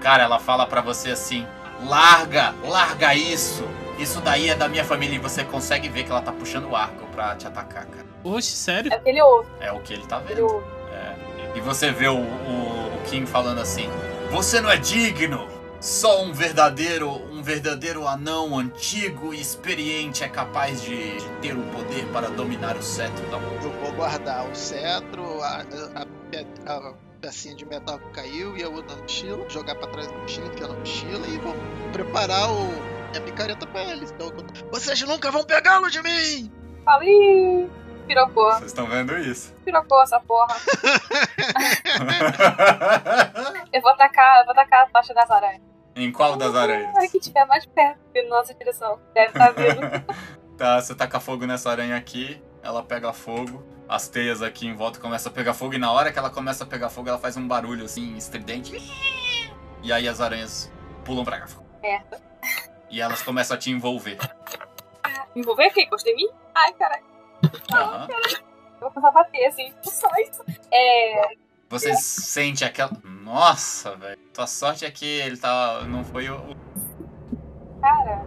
A: Cara, ela fala pra você assim: larga, larga isso. Isso daí é da minha família. E você consegue ver que ela tá puxando o arco pra te atacar, cara.
C: Oxe, sério?
B: É o que ele ouve,
A: É o que ele tá
B: ele
A: vendo.
B: ouve.
A: E você vê o, o, o Kim falando assim: Você não é digno! Só um verdadeiro, um verdadeiro anão antigo e experiente é capaz de, de ter o poder para dominar o cetro da montanha.
D: Eu vou guardar o cetro, a, a, pe- a pecinha de metal que caiu e a outra na mochila, jogar pra trás da mochila, enfiar na mochila e vou preparar o, a picareta pra eles. Então, eu- Vocês nunca vão pegá-lo de mim!
B: Fala, ih, pirocou,
A: Vocês estão vendo isso?
B: pirocou essa porra. Eu vou atacar, eu vou atacar a tocha das aranhas.
A: em qual das aranhas?
B: A que tiver mais perto, vindo nossa direção. Deve estar vindo.
A: Tá, você taca fogo nessa aranha aqui, ela pega fogo, as teias aqui em volta começam a pegar fogo, e na hora que ela começa a pegar fogo, ela faz um barulho assim, estridente. E aí as aranhas pulam pra cá.
B: Merda.
A: E elas começam a te envolver.
B: Me envolver aqui, gostei de mim? Ai, caralho.
A: Aham.
B: Eu vou começar a bater, assim. Sai. É.
A: Você sente aquela. Nossa, velho. Tua sorte é que ele tá. Não foi o.
B: Cara,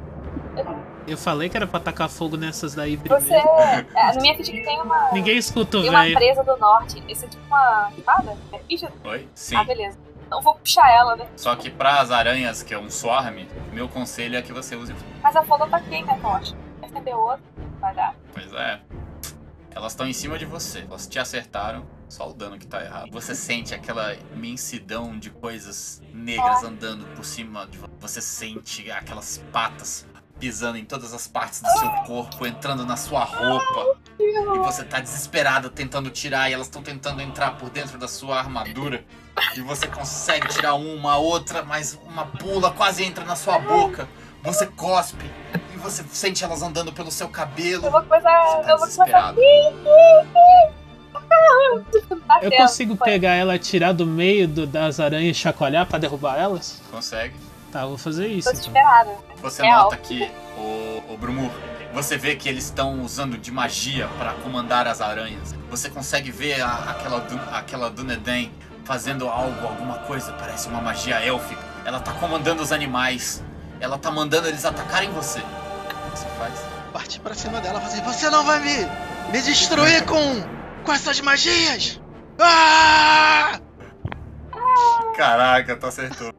C: Eu falei que era pra tacar fogo nessas daí. primeiro.
B: você. é, na minha ficha que tem uma.
C: Ninguém escuta o
B: Tem uma
C: velho.
B: presa do norte. Esse é tipo uma. Espada? É ficha?
A: Oi? Sim.
B: Ah, beleza. Então eu vou puxar ela, né?
A: Só que pras aranhas, que é um swarm, meu conselho é que você use
B: Mas a foda eu ataquei, né, tocha? Vai acender outro. Vai dar.
A: Pois é. Elas estão em cima de você. Elas te acertaram. Só o dano que tá errado. Você sente aquela imensidão de coisas negras andando por cima de você. Você sente aquelas patas pisando em todas as partes do seu corpo, entrando na sua roupa. E você tá desesperada tentando tirar. E elas estão tentando entrar por dentro da sua armadura. E você consegue tirar uma, outra, mas uma pula, quase entra na sua boca. Você cospe e você sente elas andando pelo seu cabelo.
B: Eu vou começar.
A: Você tá
B: eu vou começar.
A: desesperado.
C: Eu
B: Batendo,
C: consigo
B: foi.
C: pegar ela, tirar do meio do- das aranhas e chacoalhar pra derrubar elas?
A: Consegue.
C: Tá, eu vou fazer
B: Tô
C: isso. então.
B: desesperada.
A: Você
B: É
A: nota que, o, o Brumur, você vê que eles estão usando de magia para comandar as aranhas. Você consegue ver a- aquela, du- aquela Dunedin fazendo algo, alguma coisa, parece uma magia élfica. Ela tá comandando os animais. Ela tá mandando eles atacarem você. O que você faz?
D: Parti pra cima dela e assim, você não vai me, me destruir com, com essas magias! Ah!
A: Caraca, tu acertou.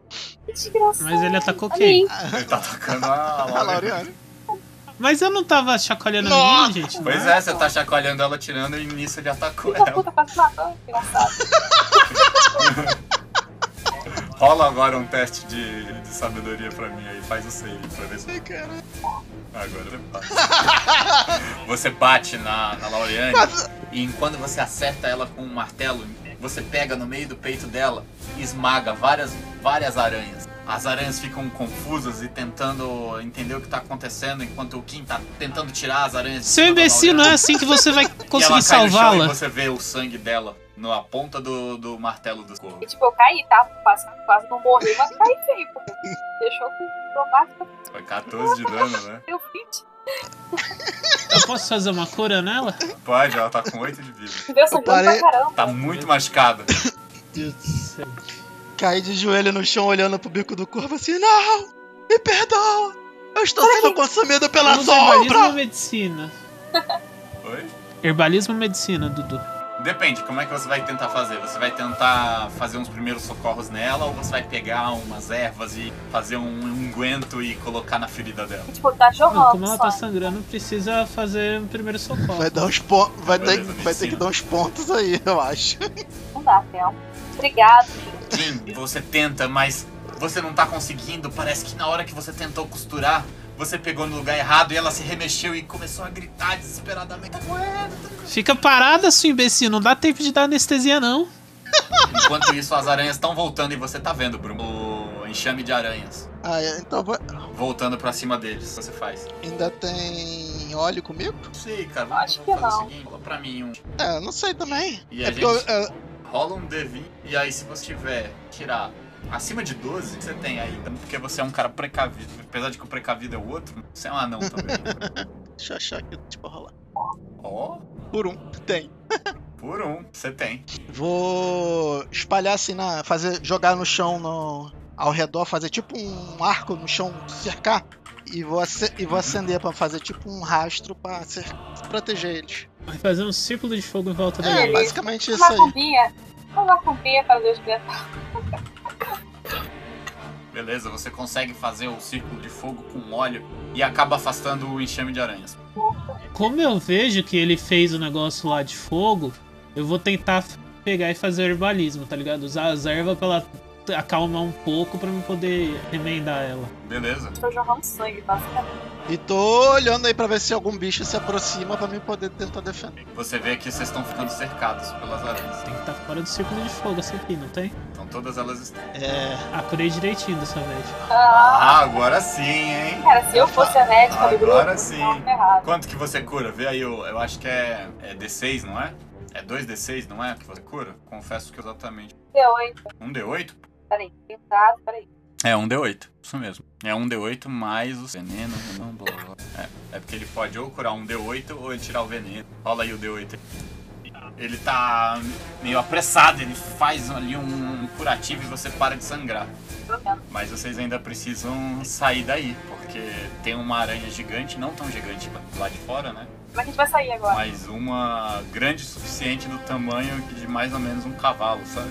B: Que desgraça.
C: Mas ele atacou quem?
B: Amém.
A: Ele tá atacando a
D: A
A: Laura. é
D: Laureane.
C: Mas eu não tava chacoalhando
D: Nossa!
C: ninguém, gente.
A: Pois é, você tá chacoalhando ela, tirando e nisso ele atacou
B: Puta
A: ela.
B: puta, quase matou. Engraçado.
A: Rola agora um teste de, de sabedoria pra mim aí, faz o save pra ver se
D: Ai, cara.
A: Agora você passa. Você bate na, na Laureane e enquanto você acerta ela com um martelo, você pega no meio do peito dela e esmaga várias, várias aranhas. As aranhas ficam confusas e tentando entender o que tá acontecendo, enquanto o Kim tá tentando tirar as aranhas. de
C: Seu
A: cima da
C: imbecil, não é
A: Laureane.
C: assim que você vai
A: E ela
C: conseguir
A: cai no chão E
C: salvá-la.
A: você vê o sangue dela na ponta do, do martelo do corvo.
B: E tipo, eu caí, tá? Quase, quase não morri, mas caí feio, pô. Deixou com o tomate,
A: Foi 14 de dano, né?
B: eu fit.
C: Eu posso fazer uma cura nela?
A: Pode, ela tá com 8 de vida.
B: Deu sangue
D: parei-
B: pra caramba.
A: Tá muito machucada.
C: Deus do céu.
D: Caí de joelho no chão olhando pro bico do corvo assim, não! Me perdoa! Eu estou sendo consumido pela
C: Vamos herbalismo ou
D: sombra!
C: medicina?
A: Oi?
C: Herbalismo ou medicina, Dudu?
A: Depende, como é que você vai tentar fazer? Você vai tentar fazer uns primeiros socorros nela ou você vai pegar umas ervas e fazer um unguento e colocar na ferida dela?
B: E, tipo, tá
C: Não,
B: jorrando
C: como ela
B: só.
C: tá sangrando, precisa fazer um primeiro socorro.
D: Vai dar uns pontos. Vai, ter-
A: Beleza,
D: vai ter que
A: medicina.
D: dar uns pontos aí, eu acho.
B: Não dá tempo. Obrigado.
A: Jim, você tenta, mas você não tá conseguindo. Parece que na hora que você tentou costurar, você pegou no lugar errado e ela se remexeu e começou a gritar desesperadamente. "Tá doendo, tá doendo."
C: Fica parada, sua imbecil, não dá tempo de dar anestesia, não.
A: Enquanto isso, as aranhas estão voltando e você tá vendo, Bruno, o enxame de aranhas
D: Ah, é, então vai-
A: voltando pra cima deles. O que você faz?
D: ainda tem óleo comigo?
A: Não sei, cara.
B: Acho que
A: vamos fazer
B: não.
A: o seguinte, fala pra mim um.
D: É, não sei também.
A: E
D: é
A: a
D: porque eu-
A: gente-
D: é,
A: Rola um D20 e aí se você tiver tirar acima de 12, você tem aí, porque você é um cara precavido. Apesar de que o precavido é o outro, você é um anão também.
D: deixa eu achar aqui, tipo, rolar.
A: Ó,
D: Por um, tem.
A: por um, você tem.
D: Vou espalhar assim na. fazer. jogar no chão no, ao redor, fazer tipo um arco no chão, cercar. E vou, ace- e vou acender pra fazer tipo um rastro pra cer- proteger eles.
C: Vai fazer um círculo de fogo em volta
D: É,
C: dela.
B: Beleza. Tá
D: basicamente isso
B: Uma
D: aí.
B: cumbinha. Uma cumbinha para Deus ver.
A: Beleza, você consegue fazer o círculo de fogo com óleo e acaba afastando o enxame de aranhas.
C: Como eu vejo que ele fez o negócio lá de fogo, eu vou tentar f- pegar e fazer herbalismo, tá ligado? Usar as ervas pra ela t- acalmar um pouco pra eu poder remendar ela.
A: Beleza.
B: Tô jorrando sangue, tá? basicamente.
D: E tô olhando aí pra ver se algum bicho se aproxima pra mim poder tentar defender.
A: Você vê que vocês estão ficando cercados pelas aranhas.
C: Tem que estar fora do círculo de fogo essa aqui, não tem?
A: Então todas elas estão.
D: É.
C: Ah, curei direitinho dessa vez.
B: Ah,
A: Ah, agora sim, hein?
B: cara, se eu fosse a médica do grupo,
A: Agora sim.
B: tava ferrado.
A: Quanto que você cura? Vê aí, eu, eu acho que é, é D6, não é? É 2D6, não é? Que você cura? Confesso que exatamente.
B: Deu, hein?
A: Um D8?
B: Peraí, tem um dado, peraí.
A: É, um D8. Isso mesmo. É um D8 mais o veneno, não, blá, blá, blá. É, é porque ele pode ou curar um D8 ou ele tirar o veneno. Rola aí o D8. aí. Ele tá meio apressado, ele faz ali um curativo e você para de sangrar.
B: Pelo menos.
A: Mas vocês ainda precisam sair daí, porque tem uma aranha gigante, não tão gigante lá de fora, né?
B: Como é que a gente vai sair agora?
A: mas uma grande o suficiente do tamanho de mais ou menos um cavalo, sabe?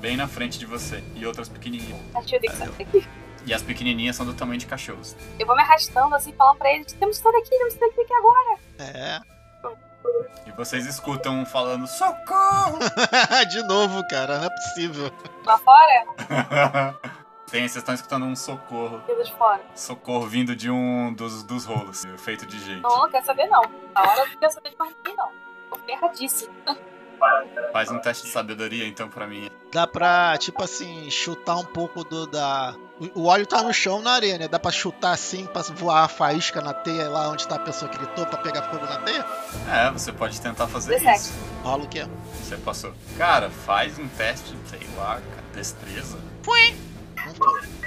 A: Bem na frente de você. E outras pequenininhas.
B: A tia tem que sair daqui.
A: E as pequenininhas são do tamanho de cachorros.
B: Eu vou me arrastando assim, falando pra ele, temos que sair daqui, temos que sair daqui agora.
D: É.
A: E vocês escutam um falando: Socorro!
D: De novo, cara, não é possível.
B: Lá fora,
A: Tem, vocês estão escutando um socorro.
B: Deus fora.
A: Socorro vindo de um dos, dos rolos, feito de gente.
B: Não, não quero saber não. Na hora eu não quero saber de mais ninguém não. Tô ferradíssimo.
A: Faz um teste de sabedoria então pra mim.
D: Dá pra, tipo assim, chutar um pouco do, da, O, o óleo tá no chão, na areia, né? Dá pra chutar assim, pra voar a faísca na teia lá onde tá a pessoa que gritou pra pegar fogo na teia?
A: É, você pode tentar fazer
B: Dezessete.
A: isso.
D: Rola o quê?
A: Você passou. Cara, faz um teste, sei lá, cara, destreza.
D: Não foi.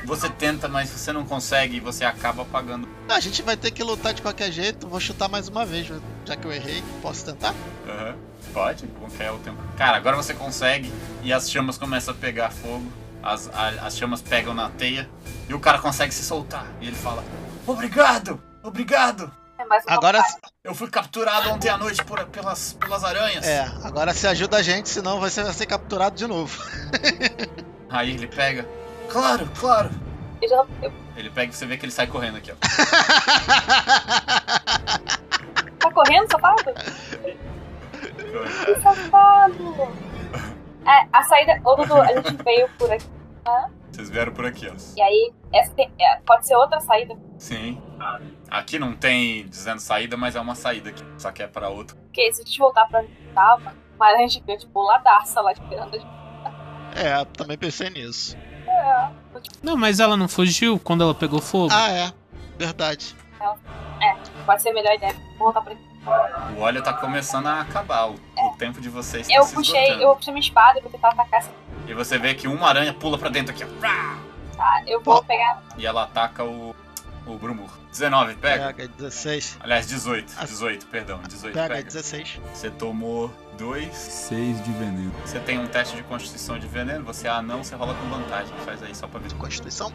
A: Você tenta, mas você não consegue e você acaba apagando.
D: Ah, A gente vai ter que lutar de qualquer jeito. Vou chutar mais uma vez, já que eu errei. Posso tentar?
A: Aham. Pode, qualquer o tempo. Cara, agora você consegue e as chamas começam a pegar fogo. As, a- as chamas pegam na teia e o cara consegue se soltar. E ele fala: Obrigado! Obrigado!
B: É mais uma
D: Agora,
A: Eu fui capturado ontem à noite por- pelas, pelas aranhas.
D: é, agora se ajuda a gente, senão você vai ser capturado de novo.
A: Aí ele pega. Claro, claro.
B: Eu já não- eu-
A: Ele pega e você vê que ele sai correndo aqui, ó.
B: Tá correndo, safado? Que safado! tá É, a saída. Ô, Dudu, a gente veio por aqui.
A: Vocês vieram por aqui, ó.
B: E aí, essa tem- é, pode ser outra saída.
A: Sim. Aqui não tem dizendo saída, mas é uma saída aqui. Só que é pra outro.
B: Porque se a gente voltar pra onde tava, mas a gente veio tipo ladaça lá esperando a gente.
D: É, também pensei nisso.
C: Não, mas ela não fugiu quando ela pegou fogo?
D: Ah, é. Verdade.
B: Pode ser a melhor ideia. Vou voltar pra aqui.
A: O óleo tá começando a acabar. O, o tempo de vocês tá
B: Eu
A: se
B: puxei,
A: esgotando.
B: eu puxei minha espada e vou tentar atacar essa.
A: E você vê que uma aranha pula pra dentro aqui, ó. Rá!
B: Tá, eu vou pegar.
A: E ela ataca o. O Brumur. 19, pega.
D: Pega 16.
A: Aliás, 18.
D: Ah.
A: 18, perdão. 18,
D: Pega
A: pega.
D: 16.
A: Você tomou 2.
F: 6 de veneno.
A: Você tem um teste de constituição de veneno. Você é anão, você rola com vantagem. Faz aí só pra ver. Tá?
D: De Constituição?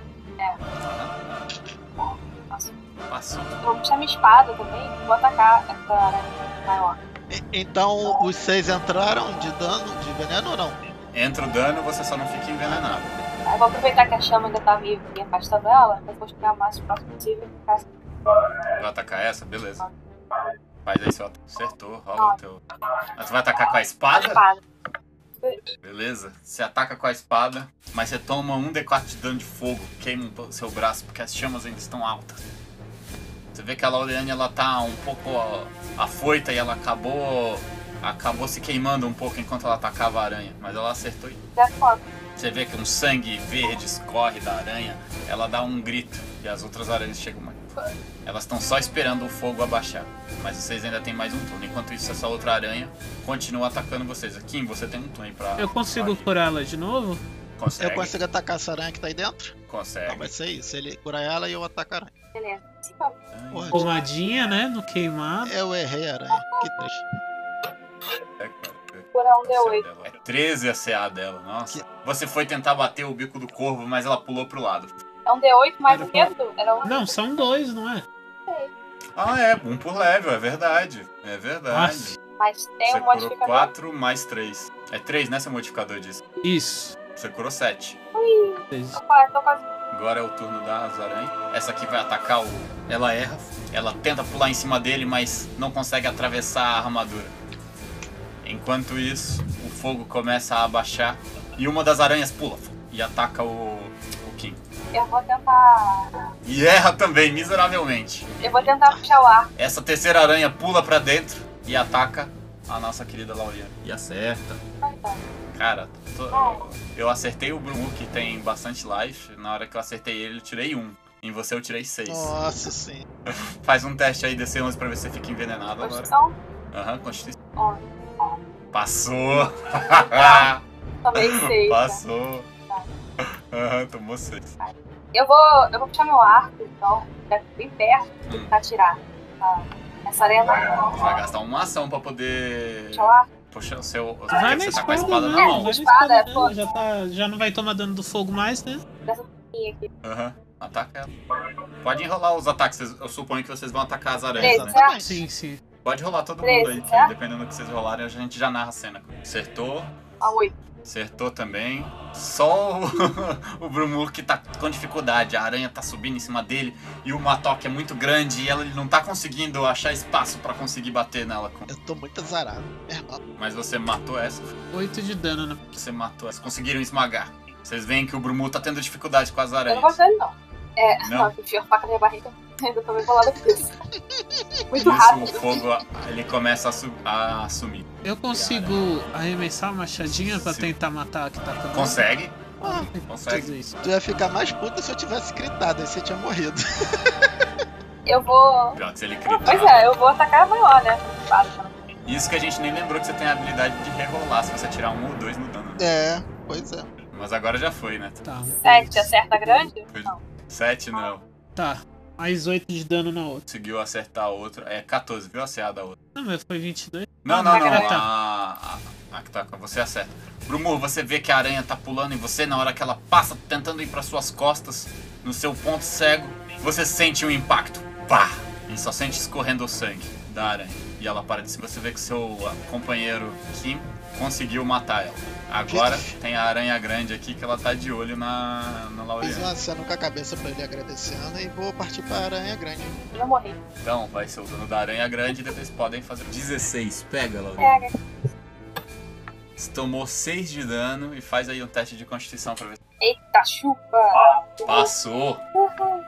A: Passou.
B: Eu vou puxar minha espada também e vou atacar essa aranha maior.
D: E- então os seis entraram de dano, de veneno ou não?
A: Entra o dano, você só não fica envenenado.
B: Aí eu vou aproveitar que a chama ainda tá viva e afastando ela, mas vou chegar o mais próximo possível e ficar assim.
A: Vai atacar essa? Beleza. Faz aí seu ataque. Acertou, rola o teu. Mas você vai atacar com a espada?
B: espada.
A: Beleza. Você ataca com a espada, mas você toma um D4 de dano de fogo, queima o seu braço, porque as chamas ainda estão altas. Você vê que a Laureane, ela tá um pouco ó, afoita e ela acabou acabou se queimando um pouco enquanto ela atacava a aranha, mas ela acertou. e
B: Já é foda.
A: Você vê que um sangue verde escorre da aranha, ela dá um grito e as outras aranhas chegam mais. Elas estão só esperando o fogo abaixar, mas vocês ainda têm mais um turno. Enquanto isso, essa outra aranha continua atacando vocês. Kim, você tem um turno pra...
C: Eu consigo curá-la de novo?
A: Consegue?
D: Eu consigo atacar essa aranha que tá aí dentro? Não,
A: Consegue.
D: vai ser isso. Ele curar ela e eu atacar a aranha.
B: Beleza. Sim, papo.
D: Porra,
C: Pomadinha, né? No queimado.
D: eu errei a aranha. Que triste.
B: Curar um D8.
A: É 13 a CA dela, nossa. Você foi tentar bater o bico do corvo, mas ela pulou pro lado.
B: É um D8 mais
C: Era
B: o quê, Dudu? Era um.
C: Não, são dois, não é?
A: Ah, é, um por level, é verdade. É verdade.
C: Nossa.
B: Mas tem
A: Você
B: um
A: curou
B: modificador.
A: 4 mais 3. É 3, né, seu modificador disso?
C: Isso.
A: Você curou 7.
C: Vocês-
B: Opa, tô quase.
A: Agora é o turno das aranhas. Essa aqui vai atacar o. Ela erra. Ela tenta pular em cima dele, mas não consegue atravessar a armadura. Enquanto isso, o fogo começa a abaixar. E uma das aranhas pula e ataca o. o Kim.
B: Eu vou tentar.
A: E erra também, miseravelmente.
B: Eu vou tentar puxar o ar.
A: Essa terceira aranha pula pra dentro e ataca a nossa querida Lauriane. E acerta.
B: Ai, tá.
A: Cara, tô- eu acertei o Bruno, que tem bastante life. Na hora que eu acertei ele, eu tirei um. Em você, eu tirei seis.
D: Nossa sim.
A: Faz um teste aí, DC11, pra ver se você fica envenenado agora.
B: Construção.
A: Aham, Constituição.
B: Ó.
A: Passou!
B: Tomei seis. tá?
A: Passou! Aham, tomou seis.
B: Eu vou. Eu vou puxar meu arco, então. Tá bem perto
A: Hum.
B: pra tirar. Tá? Essa areia não.
A: Você vai gastar uma ação pra poder.
B: Puxar o arco.
A: Puxar o seu. Você
C: Vai na
A: você tá com a
C: espada,
A: espada
C: não.
A: na mão.
C: Vai na
B: Espada,
C: espada, não.
B: pô.
C: Já, tá- já não vai tomar dano do fogo mais, né?
B: minha aqui.
A: Aham. Ataca ela. Pode enrolar os ataques, vocês- eu suponho que vocês vão atacar as aranhas,
B: Treze,
A: né?
B: certo?
C: Sim, sim.
A: Pode rolar todo mundo
B: Treze,
A: aí, que
B: tá?
A: dependendo do que vocês rolarem, a gente já narra a cena. Acertou,
B: A Ah, oito.
A: acertou também. Só o, o Brumur que tá com dificuldade, a aranha tá subindo em cima dele e o Matok é muito grande e ela, ele não tá conseguindo achar espaço pra conseguir bater nela. com-
D: Eu tô muito azarado. Meu irmão.
A: Mas você matou essa,
C: Oito de dano, né?
A: você matou essa. Conseguiram esmagar. Vocês veem que o Brumur tá tendo dificuldade com as
B: Eu não vou
A: aranhas.
B: fazer ele, não. É,
A: Não?
B: não, eu enfio a faca na minha barriga. Ainda tô meio bolada com isso. Muito
A: Nisso o
B: rápido.
A: fogo ele começa a, su a sumir.
C: Eu consigo arremessar a machadinha pra
A: Sim.
C: tentar matar a que tá com
A: Consegue?
D: Ah,
A: Consegue?
C: Jesus.
D: tu ia ficar mais puta se eu tivesse gritado, aí você tinha morrido.
B: Eu vou.
A: Pior que se ele
B: Ah, Pois
A: gritar.
B: é, eu vou atacar a maior, né? Claro,
A: Isso que a gente nem lembrou que você tem a habilidade de rerolar se você tirar um ou dois no dano.
D: É, pois é.
A: Mas agora já foi, né?
C: Tá. um,
B: Sete,
C: dois.
B: acerta grande? Não.
A: Sete não.
C: Tá. Mais 8 de dano na outra.
A: Conseguiu acertar a outra. É 14, viu? Acertar a outra.
C: Não, mas foi 22.
A: Não, não, não.
C: Ah, tá.
A: A, a, a que tá com você acerta. Brumur, você vê que a aranha tá pulando em você na hora que ela passa, tentando ir para suas costas, no seu ponto cego. Você sente um impacto. Pá! E só sente escorrendo o sangue da aranha. E ela para de se. Você vê que seu ah, companheiro Kim conseguiu matar ela. Agora tem a aranha grande aqui que ela tá de olho na, na
D: Fiz
A: Laureana.
D: uma cena com a cabeça pra ele agradecendo e vou partir pra Aranha Grande.
B: Eu não morri.
A: Então vai ser o dono da aranha grande e depois podem fazer. 16, pega, Laureana.
B: Pega.
A: Você tomou 6 de dano e faz aí um teste de constituição pra ver se
B: Eita, Tá, chupa!
A: passou.
B: Uhum.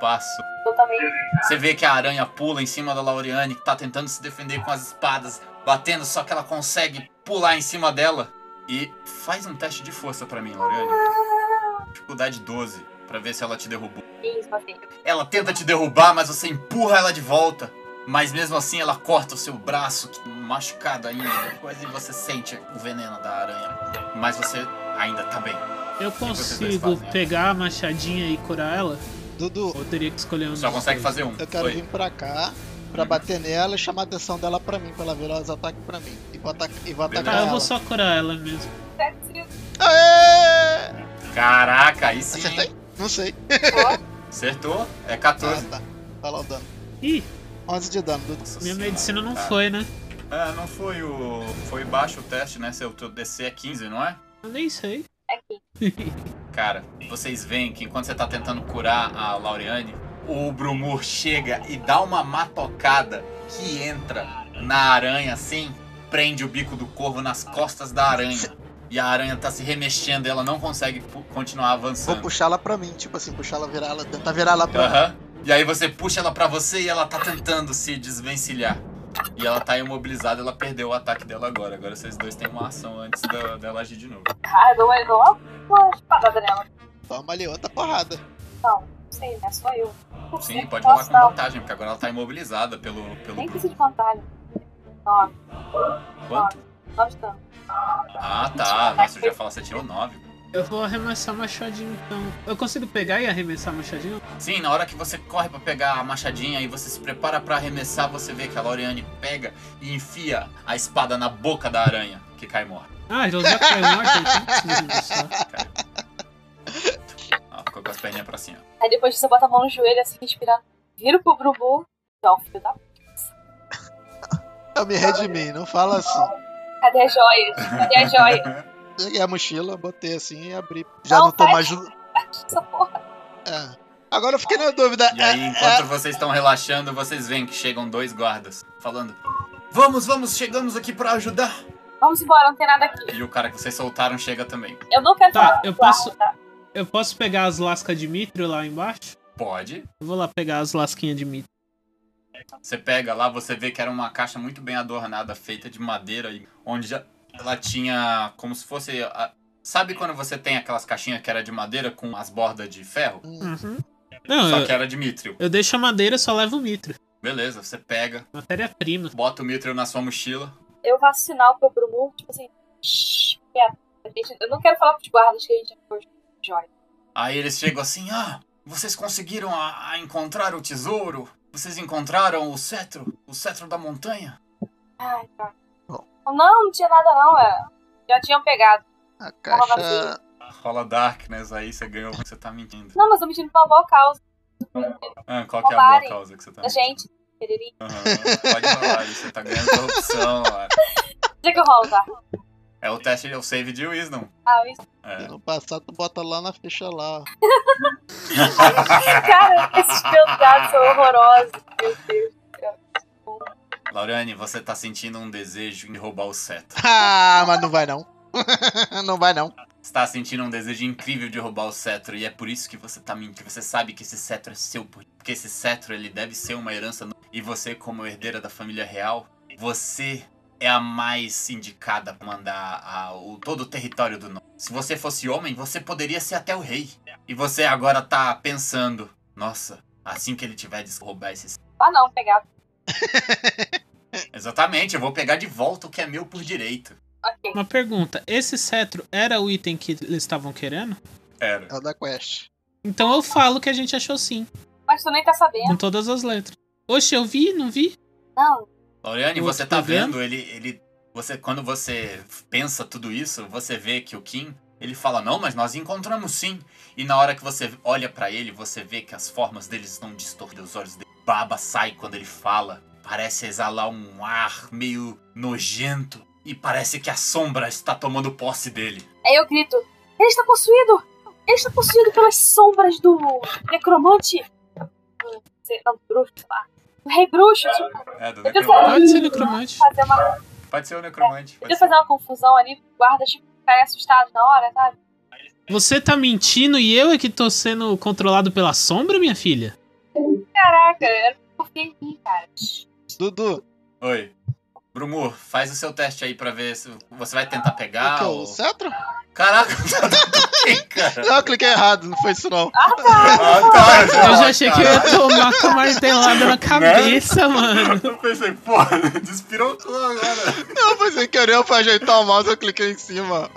A: Passou.
B: Eu também.
A: Você vê que a aranha pula em cima da Lauriane, que tá tentando se defender com as espadas, batendo, só que ela consegue pular em cima dela. E faz um teste de força pra mim, Lauriane. Dificuldade 12, pra ver se ela te derrubou.
B: Isso, matei.
A: Ela tenta te derrubar, mas você empurra ela de volta. Mas mesmo assim ela corta o seu braço, que- machucado ainda, coisa, e você sente o veneno da aranha. Mas você ainda tá bem.
C: Eu
A: vocês dois
C: consigo
A: fazem? né?
C: pegar a machadinha e curar ela?
D: Dudu,
C: Ou eu teria que escolher um
A: Só
C: dos
A: consegue
C: dois?
A: fazer um.
D: eu quero
A: Oi.
D: vir pra cá pra
A: Uhum.
D: bater nela e chamar a atenção dela pra mim, pra ela virar os ataques pra mim. E vou, ataca- e vou
A: Beleza.
D: atacar
C: Tá, eu
D: ela.
C: vou só curar ela mesmo.
B: Sete,
D: Aê!
A: Caraca, aí sim.
D: Acertei? Não sei.
B: oito.
A: Acertou. É
D: Ah,
A: 14.
D: tá. Vai lá o dano.
C: Ih,
D: 11 de dano, Dudu.
A: Nossa
C: Ah, minha
A: senhora, Tá.
C: medicina não
A: cara.
C: foi, né?
A: Ah, não foi o. Foi baixo o teste, né? Seu teu DC é 15, não é?
C: Eu nem sei.
B: É aqui.
A: Cara, vocês veem que enquanto você tá tentando curar a Laureane, o Brumur chega e dá uma matocada que entra na aranha assim, prende o bico do corvo nas costas da aranha. E a aranha tá se remexendo, ela não consegue pu- continuar
D: Vou
A: avançando.
D: puxar ela pra mim, tipo assim, puxar ela, virar ela, tentar virar ela pra mim.
A: Aham. E aí você puxa ela pra você e ela tá tentando se desvencilhar. E ela tá imobilizada, ela perdeu o ataque dela agora. Agora vocês dois têm uma ação antes da- dela agir de novo.
B: Ah, eu dou eu dou uma, uma espadada nela.
D: Toma ali outra porrada.
B: Não sei, né? Sou eu. Por
A: Sim,
B: que
A: pode rolar
B: posso
A: com
B: dar um-
A: vantagem, porque agora ela tá imobilizada pelo. pelo
B: Nem preciso de vantagem. Nove.
A: Quanto?
B: Nove de dano.
A: Ah, tá. Nossa, eu já ia falar, você tirou 9.
C: Eu vou arremessar machadinho então. Eu consigo pegar e arremessar machadinho?
A: Sim, na hora que você corre pra pegar a machadinha e você se prepara pra arremessar, você vê que a Laureane pega e enfia a espada na boca da aranha, que cai morta.
C: Ah, José foi morto, então preciso arremessar.
A: Ela ficou com as perninhas pra cima.
B: Aí depois você bota a mão no joelho, assim, inspirando. Vira pro Brubu. Não, filho da.
D: Eu me redimi, não fala assim.
B: Cadê as joias? Cadê as joias?
D: Peguei a mochila, botei assim e abri. Já não,
B: Não,
D: tô
B: faz-
D: mais. ju-
B: Essa porra.
D: É. Agora eu fiquei na dúvida.
A: E aí,
D: É-
A: enquanto vocês estão relaxando, vocês veem que chegam dois guardas falando: Vamos, vamos, chegamos aqui pra ajudar.
B: Vamos embora, não tem nada aqui.
A: E o cara que vocês soltaram chega também.
B: Eu não quero
C: Tá,
B: falar
C: eu
B: com guarda,
C: posso-
B: tá?
C: Eu posso pegar as lascas de mitrio lá embaixo?
A: Pode.
C: Eu vou lá pegar as lasquinhas de mitrio.
A: Você pega lá, você vê que era uma caixa muito bem adornada, feita de madeira, e onde já ela tinha como se fosse. a- Sabe quando você tem aquelas caixinhas que era de madeira com as bordas de ferro?
D: Hum,
C: Uhum. Não,
A: Só
C: eu,
A: que é- era de mitrio.
C: eu deixo a madeira só levo o mitrio.
A: Beleza, você pega,
C: Matéria-prima.
A: bota o mitrio na sua mochila.
B: Eu faço sinal pro Brumu, tipo assim, shh, quieto. A gente- Eu não quero falar pros guardas que a gente foi joia.
A: Aí eles chegam assim: Ah, vocês conseguiram a- a encontrar o tesouro? Vocês encontraram o cetro? O cetro da montanha?
B: Ai, tá.
D: Bom.
B: Não, não tinha nada não, é. Já tinham pegado.
D: a caixa.
A: Rola Darkness aí, você ganhou. Você tá mentindo.
B: Não, mas eu me tive pra boa causa
A: Ah, qual que é a boa
B: Roubarem
A: causa que você tá
B: da
A: mentindo?
B: gente. Pereirinho.
A: Aham, pode rolar aí, você tá ganhando corrupção. ó.
B: Onde é que eu rolo, tá?
A: É o teste, é o save de Wisdom.
B: Ah, isso.
A: É.
D: No passado, tu bota lá na ficha lá. ó.
B: Cara, esses meus dados são horrorosos. Meu Deus.
A: Laurane, você tá sentindo um desejo em roubar o cetro.
D: Ah, mas não vai não. não vai não.
A: Você tá sentindo um desejo incrível de roubar o cetro e é por isso que você tá mentindo. Você sabe que esse cetro é seu, porque esse cetro ele deve ser uma herança no- e você como herdeira da família real, você é a mais indicada pra mandar a- o, todo o território do norte. Se você fosse homem, você poderia ser até o rei. E você agora tá pensando, nossa, assim que ele tiver de roubar esses.
B: Ah, não, pegar.
A: Exatamente, eu vou pegar de volta o que é meu por direito.
B: Ok.
C: Uma pergunta: esse cetro era o item que eles estavam querendo?
A: Era.
D: É o da quest.
C: Então eu falo que a gente achou sim,
B: Mas tu nem tá sabendo.
C: com todas as letras. Oxe, eu vi, não vi?
B: Não,
A: Lauriane,
C: O
A: você
C: outro
A: tá
C: tá vendo?
A: vendo? Ele, ele, você, quando você pensa tudo isso, você vê que o Kim, ele fala não, mas nós encontramos sim. E na hora que você olha pra ele, você vê que as formas dele estão distorcidas, os olhos dele baba sai quando ele fala. Parece exalar um ar meio nojento e parece que a sombra está tomando posse dele.
B: aí eu grito: Ele está possuído! Ele está possuído pelas sombras do necromante. Não sei, Não, bruxo, sei lá. O rei bruxo, tipo,
A: É, do
B: Eu tô
A: necromante.
B: falando.
C: Pode ser necromante.
B: fazer uma
A: Pode ser o necromante. pode
B: Podia
A: ser.
B: fazer uma confusão ali, guarda, tipo, ficaria assustado na hora, sabe?
C: Você tá mentindo e eu é que tô sendo controlado pela sombra, minha filha?
B: Caraca, eu confiei em mim, cara.
D: Dudu,
A: Oi. Brumur, faz o seu teste aí pra ver se você vai tentar
D: o que
A: pegar.
D: é
A: ou-
D: o cetro?
A: Caraca, o que, cara?
D: Não, eu cliquei errado, não foi isso não.
B: Ah, tá!
A: Ah, tá,
C: Eu já achei que eu ia tomar com a martelada
A: Né?
C: na cabeça, mano.
A: Eu pensei, porra, despirou tudo agora.
D: Não, foi sem querer, eu fui ajeitar o mouse, eu cliquei em cima.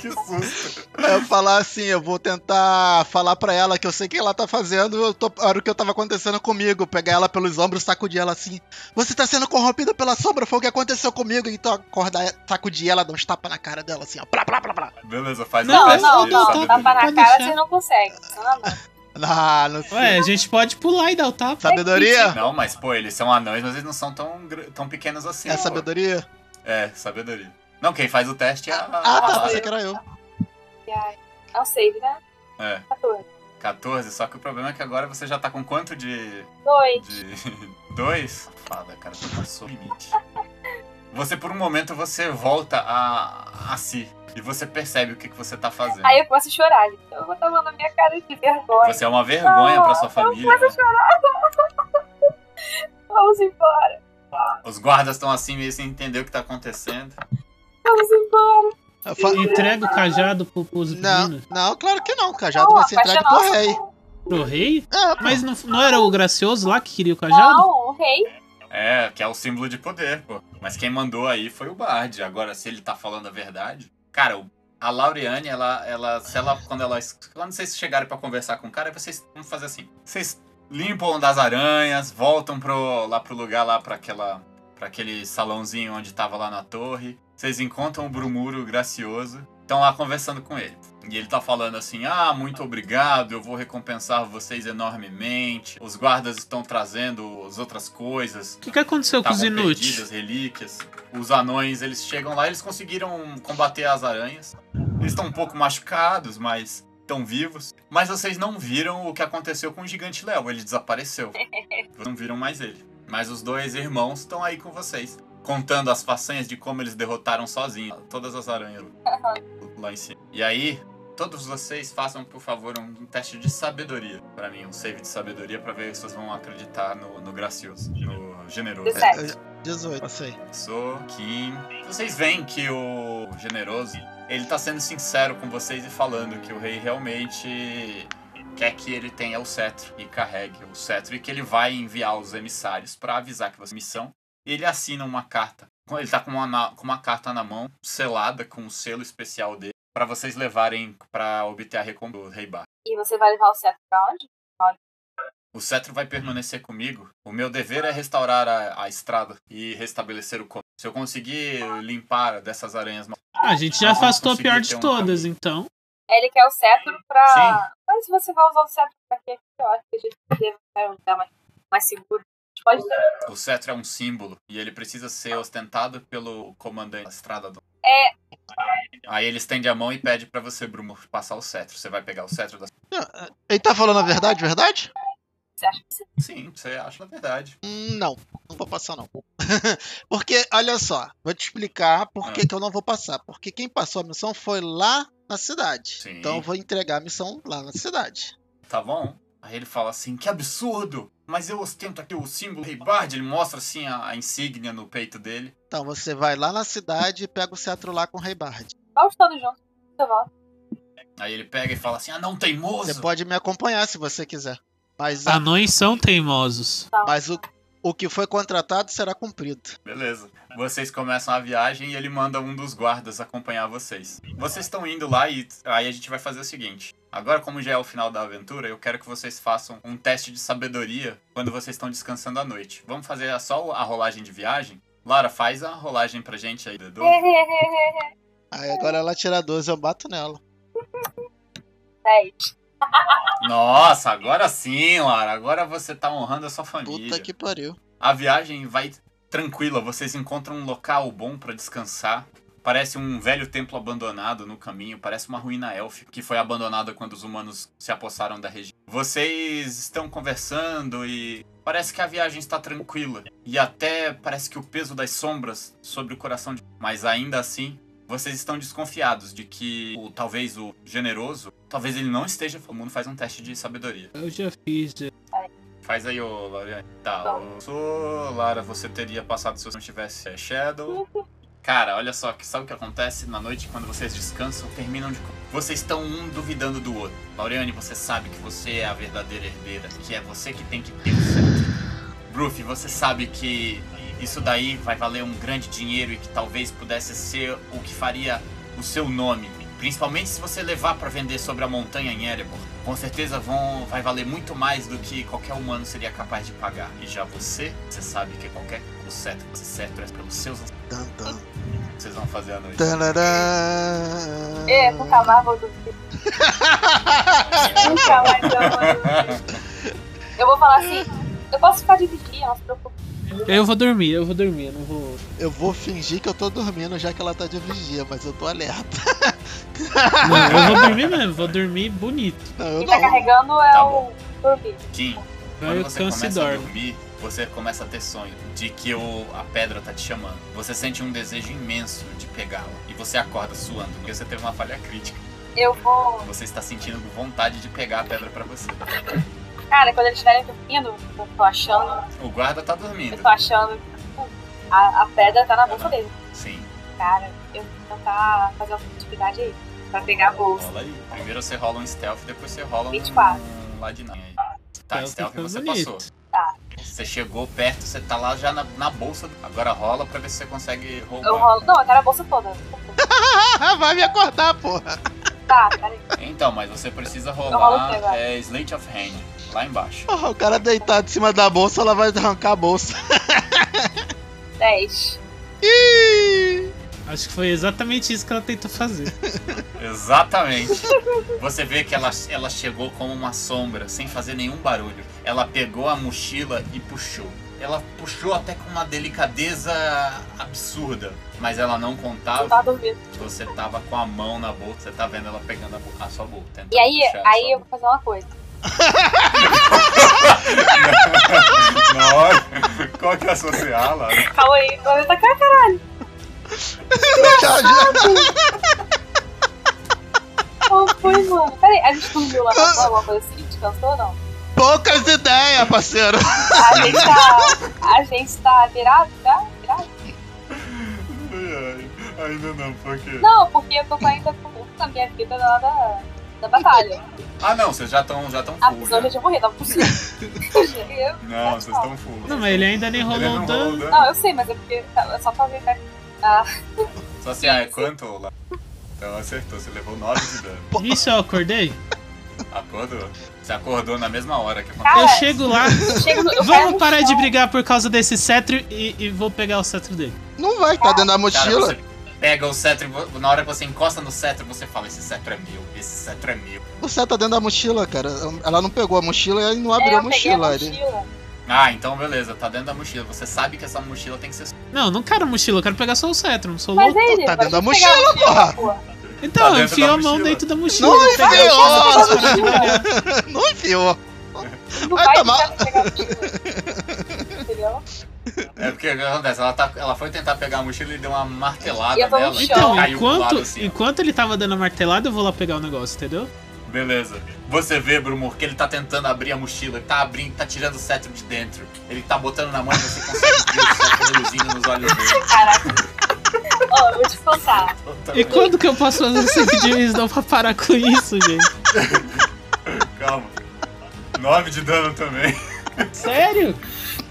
A: Que susto.
D: Eu falar assim, eu vou tentar falar pra ela que eu sei o que ela tá fazendo, eu tô, era o que eu tava acontecendo comigo, pegar ela pelos ombros, sacudir ela assim. Você tá sendo corrompida pela sombra, foi o que aconteceu comigo. Então acordar, sacudir ela, dar uns tapas na cara dela assim, ó. Plá, plá, plá, plá.
A: Beleza, faz
C: Não,
A: o teste.
C: não,
A: de
C: não,
A: sabedoria.
B: Tapa na cara,
C: Pode deixar.
B: vocês não conseguem. Não, não.
D: Ah, não sei.
C: Ué, é a gente pode pular e dar o tapa.
A: Tá
D: Sabedoria?
A: Não, mas, pô, eles são anões, mas eles não são tão, gr- tão pequenos assim.
D: É
A: pô.
D: sabedoria?
A: É, sabedoria. Não, quem faz o teste é a.
D: Ah, tá,
A: a-
D: pensei que era eu.
B: E aí, É um save, né?
A: É,
B: 14.
A: 14, só que o problema é que agora você já tá com quanto de.
B: Dois.
A: de. dois? Fala, cara, você passou o limite. Você, por um momento, você volta a, a si. E você percebe o que, que você tá fazendo.
B: Aí eu começo a chorar, gente. Eu vou tomando a minha cara de vergonha.
A: Você é uma vergonha pra sua
B: Ah,
A: família. né?
B: Vamos embora,
A: Os guardas estão assim meio sem entender o que tá acontecendo.
B: vamos embora.
D: Eu fa-
C: Entrega o cajado pro, pros
D: Não,
C: meninos.
D: não, claro que não. O cajado
B: Não,
D: vai ser
B: a faixa
D: entregue pro
B: nossa.
D: rei.
C: Pro rei?
D: É, pô.
C: Mas não, não era o gracioso lá que queria o cajado?
B: Não, o rei.
A: É, que é o símbolo de poder, pô. Mas quem mandou aí foi o Bard. Agora, se ele tá falando a verdade. Cara, o- a Laureane, ela, ela, se ela, quando ela. Lá não sei se chegaram pra conversar com o cara, vocês vão fazer assim. Vocês limpam das aranhas, voltam pro, lá pro lugar, lá pra aquela. para aquele salãozinho onde tava lá na torre. Vocês encontram o Brumuro gracioso. Estão lá conversando com ele. E ele tá falando assim: Ah, muito obrigado, eu vou recompensar vocês enormemente. Os guardas estão trazendo as outras coisas
C: O que, que aconteceu com os
A: estavam
C: inúteis?
A: perdidas, relíquias. Os anões, eles chegam lá, eles conseguiram combater as aranhas. Eles estão um pouco machucados, mas estão vivos. Mas vocês não viram o que aconteceu com o gigante Léo, ele desapareceu. Vocês não viram mais ele. Mas os dois irmãos estão aí com vocês, contando as façanhas de como eles derrotaram sozinhos todas as aranhas lá em cima. E aí, todos vocês façam, por favor, um teste de sabedoria pra mim, um save de sabedoria pra ver se vocês vão acreditar no, no gracioso, no generoso.
B: Dezessete.
D: 18, não sei.
A: Sou Kim. Vocês veem que o generoso, ele tá sendo sincero com vocês e falando que o rei realmente quer que ele tenha o cetro e carregue o cetro e que ele vai enviar os emissários pra avisar que você missão. Ele assina uma carta. Ele tá com uma, na- com uma carta na mão, selada com um selo especial dele, pra vocês levarem pra obter a recompensa do rei Bar.
B: E você vai levar o cetro pra onde?
A: O cetro vai permanecer comigo. O meu dever é restaurar a, a estrada e restabelecer o comércio. Se eu conseguir limpar dessas aranhas mal.
C: Ah, a gente já
A: Nós vamos
C: afastou a pior
A: conseguir ter
C: de
A: um
C: todas,
A: caminho.
C: então.
B: Ele quer o cetro pra.
A: Sim.
B: Mas se você vai usar o cetro pra quê? Eu acho que a gente deve ter um lugar mais, mais seguro. A gente pode né,
A: O cetro é um símbolo e ele precisa ser ostentado pelo comandante da estrada. Do...
B: É.
A: Aí ele estende a mão e pede pra você, Bruno, passar o cetro. Você vai pegar o cetro da.
D: Ele tá falando a verdade, verdade?
B: Você acha que você
A: Sim, você acha na verdade.
D: Hum, Não, não vou passar não. porque, olha só, vou te explicar por que, que eu não vou passar. Porque quem passou a missão foi lá na cidade.
A: Sim.
D: Então eu vou entregar a missão lá na cidade.
A: Tá bom? Aí ele fala assim, que absurdo! Mas eu ostento aqui o símbolo Rei Bard, ele mostra assim a, a insígnia no peito dele.
D: Então você vai lá na cidade e pega o cetro lá com o Rei Bard.
B: Vamos todos juntos. Você volta.
A: Aí ele pega e fala assim, ah não,
D: Você
A: teimoso!
D: pode me acompanhar se você quiser. Mas, a-
C: Anões são teimosos.
B: Tá.
D: mas o, o que foi contratado será cumprido.
A: Beleza. Vocês começam a viagem e ele manda um dos guardas acompanhar vocês. Vocês estão indo lá e aí a gente vai fazer o seguinte. Agora, como já é o final da aventura, eu quero que vocês façam um teste de sabedoria quando vocês estão descansando à noite. Vamos fazer a- só a rolagem de viagem? Lara, faz a rolagem pra gente aí, Dedo.
B: É.
D: Aí agora ela tira 12, eu bato nela.
B: 10.
A: Nossa, agora sim, Lara. Agora você tá honrando a sua família.
D: Puta que pariu.
A: A viagem vai tranquila, vocês encontram um local bom pra descansar. Parece um velho templo abandonado no caminho, parece uma ruína élfica que foi abandonada quando os humanos se apossaram da região. Vocês estão conversando e parece que a viagem está tranquila e até parece que o peso das sombras sobre o coração de... mas ainda assim, vocês estão desconfiados de que o talvez o generoso, talvez ele não esteja. O mundo faz um teste de sabedoria.
C: Eu já fiz. já.
A: Faz aí, ô Lariane. Tá,
B: Tá.
A: eu sou. Lara, você teria passado se você não tivesse é, Shadow. Cara, olha só, que sabe o que acontece na noite quando vocês descansam, terminam de. Vocês estão um duvidando do outro. Laureane, você sabe que você é a verdadeira herdeira, que é você que tem que ter o certo. Bruff, você sabe que isso daí vai valer um grande dinheiro e que talvez pudesse ser o que faria o seu nome. Principalmente se você levar pra vender sobre a montanha em Erebor. Com certeza vão, vai valer muito mais do que qualquer humano seria capaz de pagar. E já você, você sabe que é qualquer o cetro, esse cetro é pelos seus ancestrais
D: Tan, tan,
A: que vocês vão fazer à noite.
D: Tá. tarará.
B: É, nunca mais vou dormir. Nunca mais eu vou dormir. Eu vou falar assim, eu posso ficar de vigia, não se preocupe.
C: Eu vou dormir, eu vou dormir, eu não vou.
D: Eu vou fingir que eu tô dormindo, já que ela tá de vigia, mas eu tô alerta.
C: Não, eu vou dormir mesmo, vou dormir bonito.
D: Não, eu
B: Quem tá
D: não.
B: carregando é
A: Tá
B: o dormir.
A: Kim,
C: Aí
A: quando
C: eu
A: você
C: canso
A: começa
C: e
A: a
C: dormo.
A: dormir, você começa a ter sonho de que o, a pedra tá te chamando. Você sente um desejo imenso de pegá-la. E você acorda suando, porque você teve uma falha crítica.
B: Eu vou.
A: Você está sentindo vontade de pegar a pedra pra você.
B: Cara, quando eles estiverem dormindo, eu tô achando,
A: O guarda tá
B: eu
A: dormindo.
B: tô achando. A, a pedra tá na bolsa dele.
A: Sim.
B: Cara, eu vou tentar fazer uma atividade aí. Pra pegar a bolsa.
A: Rola aí. Primeiro você rola um stealth, depois você rola um,
B: 24.
A: um ladinagem aí. Tá,
C: Então,
A: stealth
C: fica
A: você
C: bonito.
A: passou.
B: Tá.
A: Você chegou perto, você tá lá já na, na bolsa. Agora rola pra ver se você consegue roubar.
B: Eu rolo. Não, eu quero a bolsa toda.
D: Vai me acordar, porra.
B: Tá, peraí.
A: Então, mas você precisa
B: rolo o
A: rolar
B: quê agora?
A: é, Slate of Hand, lá embaixo.
D: Porra, O cara deitado em cima da bolsa, ela vai arrancar a bolsa.
B: 10.
D: Ih!
C: Acho que foi exatamente isso que ela tentou fazer.
A: Exatamente. Você vê que ela, ela chegou como uma sombra, sem fazer nenhum barulho. Ela pegou a mochila e puxou. Ela puxou até com uma delicadeza absurda, mas ela não
B: Eu
A: contava.
B: tava dormindo.
A: Você tava com a mão na boca, você tá vendo ela pegando a, bo- a sua boca. tentando
B: E aí,
A: puxar a
B: aí eu
A: sua
B: vou fazer uma coisa.
A: boca. Na hora, qual que é a sua ala?
B: Calma aí, vai me tacar.
D: Tchau, gente.
B: Qual foi, mano? Peraí, a gente dormiu lá na alguma coisa assim? Descansou ou não?
D: Poucas ideias, parceiro.
B: A gente tá. A gente tá virado, tá? Virado?
A: Ainda não, por quê?
B: Não, porque eu tô ainda com pouco na minha vida lá da, da batalha. Ah,
A: Ah não, vocês já estão já tão
B: A
A: full.
B: prisão
A: já.
B: já tinha morrido, não é possível. Eu-
A: Não, vocês estão full.
C: Não, mas ele ainda nem
A: Ele
C: rolou
A: não
C: um dano.
A: dano.
B: Não, eu sei, mas é porque. É só pra ver, cara. Ah,
A: Só assim, ah, é quanto lá? Então acertou, você levou 9 de dano.
C: Isso, eu acordei.
A: Acordou? Você acordou na mesma hora que aconteceu.
B: Cara,
C: Eu chego lá.
B: eu chego no, eu caio
C: Vamos
B: no
C: parar de
B: chão.
C: brigar por causa desse cetro e, e vou pegar o cetro dele.
D: Não vai, tá dentro da
A: Cara,
D: mochila.
A: você pega o cetro e vo- na hora que você encosta no cetro, você fala, esse cetro é meu, esse cetro é meu.
D: Você tá dentro da mochila, cara. Ela não pegou a mochila e não
B: É,
D: abriu
B: eu
D: a mochila.
B: peguei a
D: ele-
B: mochila.
A: Ah, então beleza, tá dentro da mochila. Você sabe que essa mochila tem que ser
C: Não, não quero mochila, eu quero pegar só o cetro, não sou
B: Mas
C: louco.
B: é ele,
D: tá
B: vai
D: dentro da
B: ter que pegar a
D: mochila,
B: porra.
C: Então,
A: Tá
C: eu
A: dentro
C: enfio
A: da
C: a mão
A: mochila.
C: dentro da mochila. tá?
D: Não
C: pega-
D: enfiou! Não enfiou!
B: Não
D: Vai
B: vai
D: tomar.
B: deixar de pegar a mochila. Entendeu?
A: É porque o que acontece? Ela, tá, ela foi tentar pegar a mochila e deu uma martelada
B: E eu tô no
A: nela.
B: chão.
A: Então,
C: Então,
A: caiu do lado
C: enquanto,
A: assim, ó.
C: enquanto ele tava dando a martelada, eu vou lá pegar o negócio, entendeu?
A: Beleza. Você vê, Brumor, que ele tá tentando abrir a mochila, ele tá abrindo, tá tirando o cetro de dentro. Ele tá botando na mão e você consegue ver o cetro reluzindo nos olhos dele.
B: Caraca. Ó, eu vou te contar.
C: E quando que eu posso fazer o Save de Wisdom pra parar com isso, gente?
A: Calma. 9 de dano também.
C: Sério?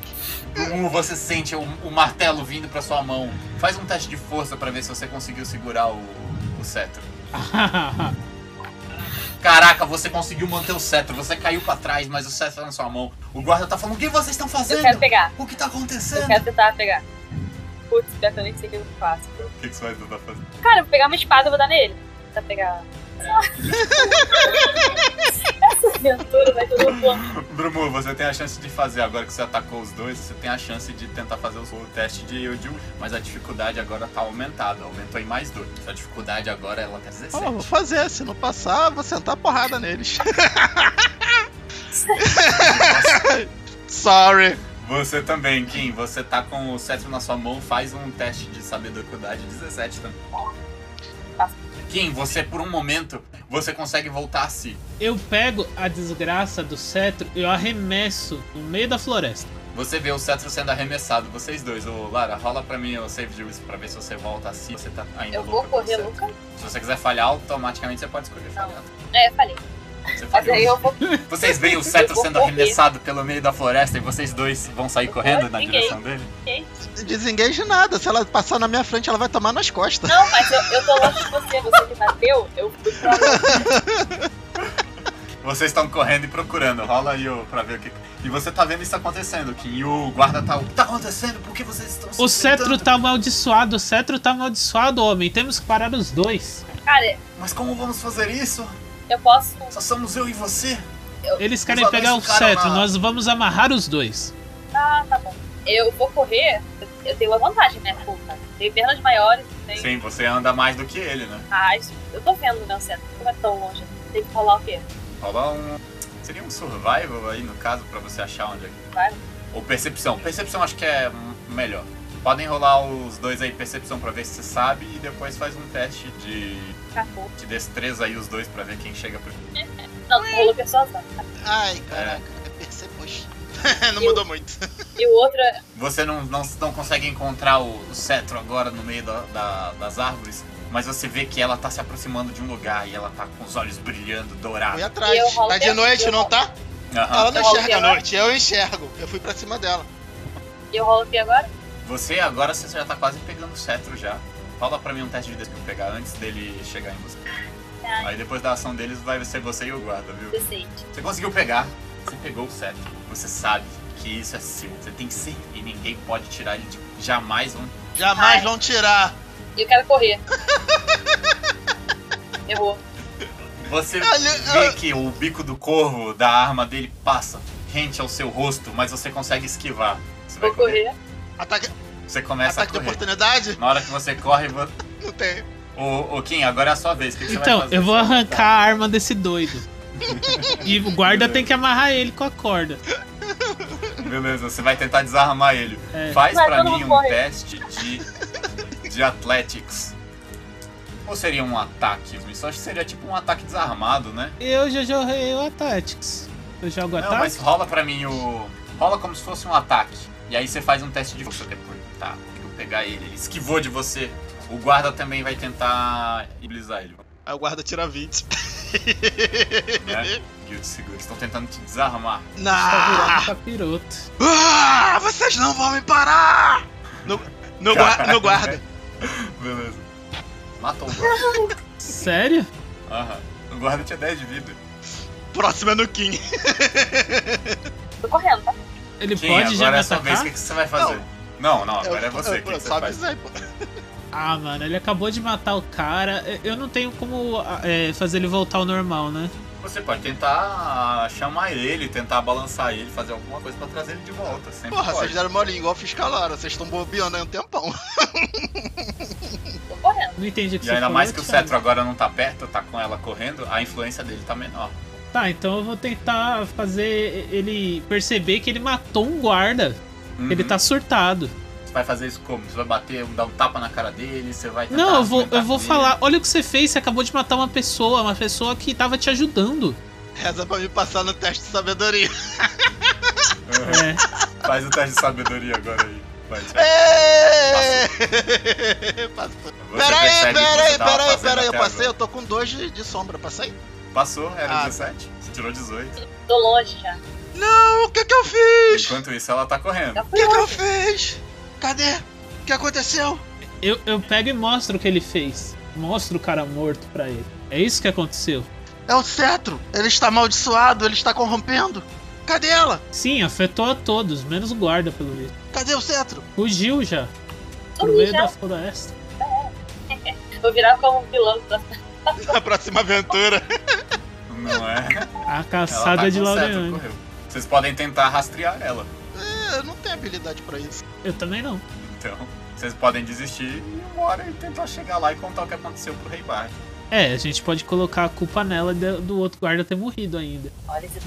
A: Brumo, você sente o, o martelo vindo pra sua mão. Faz um teste de força pra ver se você conseguiu segurar o, o cetro. Caraca, você conseguiu manter o cetro. Você caiu pra trás, mas o cetro tá na sua mão. O guarda tá falando: O que vocês estão
B: Eu
A: fazendo?
B: quero pegar.
A: O que tá
B: Eu
A: acontecendo?
B: quero tentar pegar. Putz, pior que eu nem sei o que eu faço.
A: O que, que você vai tentar fazer?
B: Cara, eu vou pegar uma espada e vou dar nele. Tentar pegar. Essa aventura vai todo mundo.
A: Brumu, você tem a chance de fazer. Agora que você atacou os dois, você tem a chance de tentar fazer o o teste de Yuju. Mas a dificuldade agora tá aumentada. Aumentou em mais dois. A dificuldade agora ela tá 17.
D: Ó, vou fazer, se não passar, vou sentar a porrada neles. Sorry.
A: Você também, Kim. Você tá com o sétimo na sua mão, faz um teste de sabedoridade 17 também. Kim, você por um momento, você consegue voltar a si.
C: Eu pego a desgraça do cetro e eu arremesso no meio da floresta.
A: Você vê o cetro sendo arremessado, vocês dois. Ô, Lara, rola pra mim o save de wisdom pra ver se você volta a si. Você tá ainda
B: Eu vou
A: louca com
B: correr,
A: o cetro.
B: Luca?
A: Se você quiser falhar, automaticamente você pode escolher falhar.
B: É, falei.
A: Você
B: Mas aí eu
A: falhou.
B: vou.
A: Vocês veem o cetro
B: Eu vou
A: sendo
B: correr.
A: arremessado pelo meio da floresta e vocês dois vão sair
B: Eu
A: correndo
B: vou,
A: na
B: ninguém.
A: direção dele?
D: Desengage nada. Se ela passar na minha frente, ela vai tomar nas costas.
B: Não, mas eu, eu tô longe de você, você que bateu, eu fui pra lá.
A: Vocês estão correndo e procurando, rola aí ô, pra ver o que. E você tá vendo isso acontecendo, Kim. E o guarda tá. O que tá acontecendo? Por que vocês estão se
C: O cetro
A: enfrentando?
C: tá amaldiçoado, o cetro tá amaldiçoado, homem. Temos que parar os dois.
B: Cara,
A: Mas como vamos fazer isso?
B: eu posso.
A: Só somos eu e você.
C: Eles
A: Os
C: querem
A: anões
C: pegar o
A: ficaram
C: cetro,
A: na-
C: nós vamos amarrar os dois.
B: Ah, tá bom. Eu vou correr, eu- eu tenho uma vantagem, né, puta? Tenho pernas maiores, tenho.
A: Sim, você anda mais do que ele, né?
B: Ah, isso- eu tô vendo, né, o centro. Não é tão longe. Tem que rolar o quê?
A: Rola um. Seria um survival aí, no caso, pra você achar onde é. que-
B: Survival?
A: Ou percepção. Percepção acho que é hum, melhor. Podem rolar os dois aí, percepção, pra ver se você sabe. E depois faz um teste de,
B: Cacou.
A: de destreza aí, os dois, pra ver quem chega primeiro.
B: Não, não rolou persuasão.
D: Ai, caraca. É percepos. não mudou muito.
B: E o outro é.
A: Você não, não, não consegue encontrar o, o cetro agora no meio da- da- das árvores, mas você vê que ela tá se aproximando de um lugar e ela tá com os olhos brilhando,
D: Fui
A: dourada.
D: atrás.
B: Eu rolo
D: Tá de
B: percepção.
D: noite, não tá?
A: Aham.
D: Ela não
B: Eu rolo
D: enxerga à
B: percepção.
D: noite. Eu enxergo. Eu fui pra cima dela.
B: E eu rolo aqui agora?
A: Você agora você já tá quase pegando o cetro já. Fala pra mim um teste de destreza pra eu pegar antes dele chegar em você.
B: Tá.
A: Aí depois da ação deles vai ser você e o guarda, viu?
B: 16.
A: Você conseguiu pegar, você pegou o cetro. Você sabe que isso é seu, você tem que ser. E ninguém pode tirar ele de. Jamais um vão.
D: Jamais
B: Ai.
D: vão tirar.
B: E eu quero correr. Errou.
A: Você
D: Olha,
A: vê que o bico do corvo da arma dele passa rente ao seu rosto, mas você consegue esquivar. Você vai
B: Vou correr.
D: Ataque,
A: Você começa
D: ataque de
A: a correr.
D: oportunidade?
A: Na hora que você corre, vo-
D: Não tem.
A: o, o Kim, agora é a sua vez. O que que você vai
C: Então,
A: fazer? tá.
C: eu vou
A: Você vai
C: arrancar a arma desse doido. E o guarda tem que amarrar ele com a corda.
A: tentar- Beleza, você vai tentar desarmar ele.
C: É.
A: Faz
B: Mas
A: pra
B: todo mundo
A: mim um
B: corre.
A: teste de, de Athletics. Ou seria um ataque? Isso acho que seria tipo um ataque desarmado, né?
C: Eu já joguei o Tactics. Eu jogo a
A: Não, mas
C: Tactics?
A: rola pra mim o. Rola como se fosse um ataque. E aí você faz um teste de força depois. Tá, eu vou pegar ele. Ele esquivou de você. O guarda também vai tentar ibilizar ele.
D: Aí o guarda tira 20.
A: Né? E o te segura. Estão tentando te desarmar.
C: Tá virado
D: Não!
C: capiroto.
D: Ah, vocês não vão me parar! No, no, gua- no guarda.
A: Beleza. Matou o guarda.
C: Sério?
A: Aham. O guarda tinha 10 de vida.
D: Próximo é no Kim.
B: Tô correndo, tá?
C: Ele
A: Kim,
C: pode já
A: agora
C: me
A: é a sua vez. O
C: atacar?
A: que que você vai fazer? Não, não, agora é você. O que
D: Eu,
A: que
D: eu,
A: você
D: só
A: faz?
D: avisei, pô.
C: Ah, mano, ele acabou de matar o cara. Eu- Eu não tenho como é, fazer ele voltar ao normal, né?
A: Você pode tentar chamar ele, tentar balançar ele, fazer alguma coisa pra trazer ele de volta. Sempre
D: Porra,
A: pode.
D: vocês deram molinho igual fiscal hora. Vocês estão bobeando aí um tempão.
B: Tô correndo.
C: Não entendi o que
A: E
C: você
A: ainda
C: falou,
A: mais que o
C: Thiago.
A: cetro agora não tá perto, tá com ela correndo, a influência dele tá menor.
C: Tá, então eu vou tentar fazer ele perceber que ele matou um guarda. Ele
A: Uhum.
C: tá surtado.
A: vai fazer isso como? Você vai bater, dar um tapa na cara dele, você vai tentar
C: Não, eu vou,
A: argumentar
C: eu vou
A: com ele?
C: falar. Olha o que você fez. Você acabou de matar uma pessoa, uma pessoa que tava te ajudando.
D: Reza pra me passar no teste de sabedoria.
A: Uhum.
C: É.
A: Faz o teste de sabedoria agora aí. Vai, Thiago.
D: Ê! Passou.
A: Você
D: Pera aí,
A: percebe o que
D: pera
A: você
D: aí,
A: tava
D: pera aí,
A: fazendo
D: pera aí. Eu
A: até
D: passei, eu
A: agora.
D: tô com dois de, de sombra, passei?
A: Passou, era
D: Ah.
A: 17. Você tirou 18.
B: Tô longe já.
D: Não, o que que eu fiz? O
A: Enquanto isso, ela tá correndo.
B: Já
D: que
B: fui
D: que
B: longe.
D: eu fiz? Cadê? O que aconteceu?
C: Eu, eu pego e mostro o que ele fez. Mostro o cara morto pra ele. É isso que aconteceu.
D: É o cetro. Ele está amaldiçoado, ele está corrompendo. Cadê ela?
C: Sim, afetou a todos, menos o guarda, pelo visto.
D: Cadê o cetro?
C: Fugiu já. Pro
B: Ui,
C: meio
B: já.
C: da floresta.
B: Vou virar como um vilão. pra-
D: Na próxima aventura.
A: Não é?
C: A
A: Ela
C: caçada
A: tá
C: de
A: com certo,
C: Laureano.
A: correu. Vocês podem tentar rastrear ela.
D: Eu não tenho habilidade pra isso.
C: Eu também não.
A: Então, vocês podem desistir e ir embora e tentar chegar lá e contar o que aconteceu pro Rei Bard.
C: É, a gente pode colocar a culpa nela de- do outro guarda ter morrido ainda.
B: Olha esse.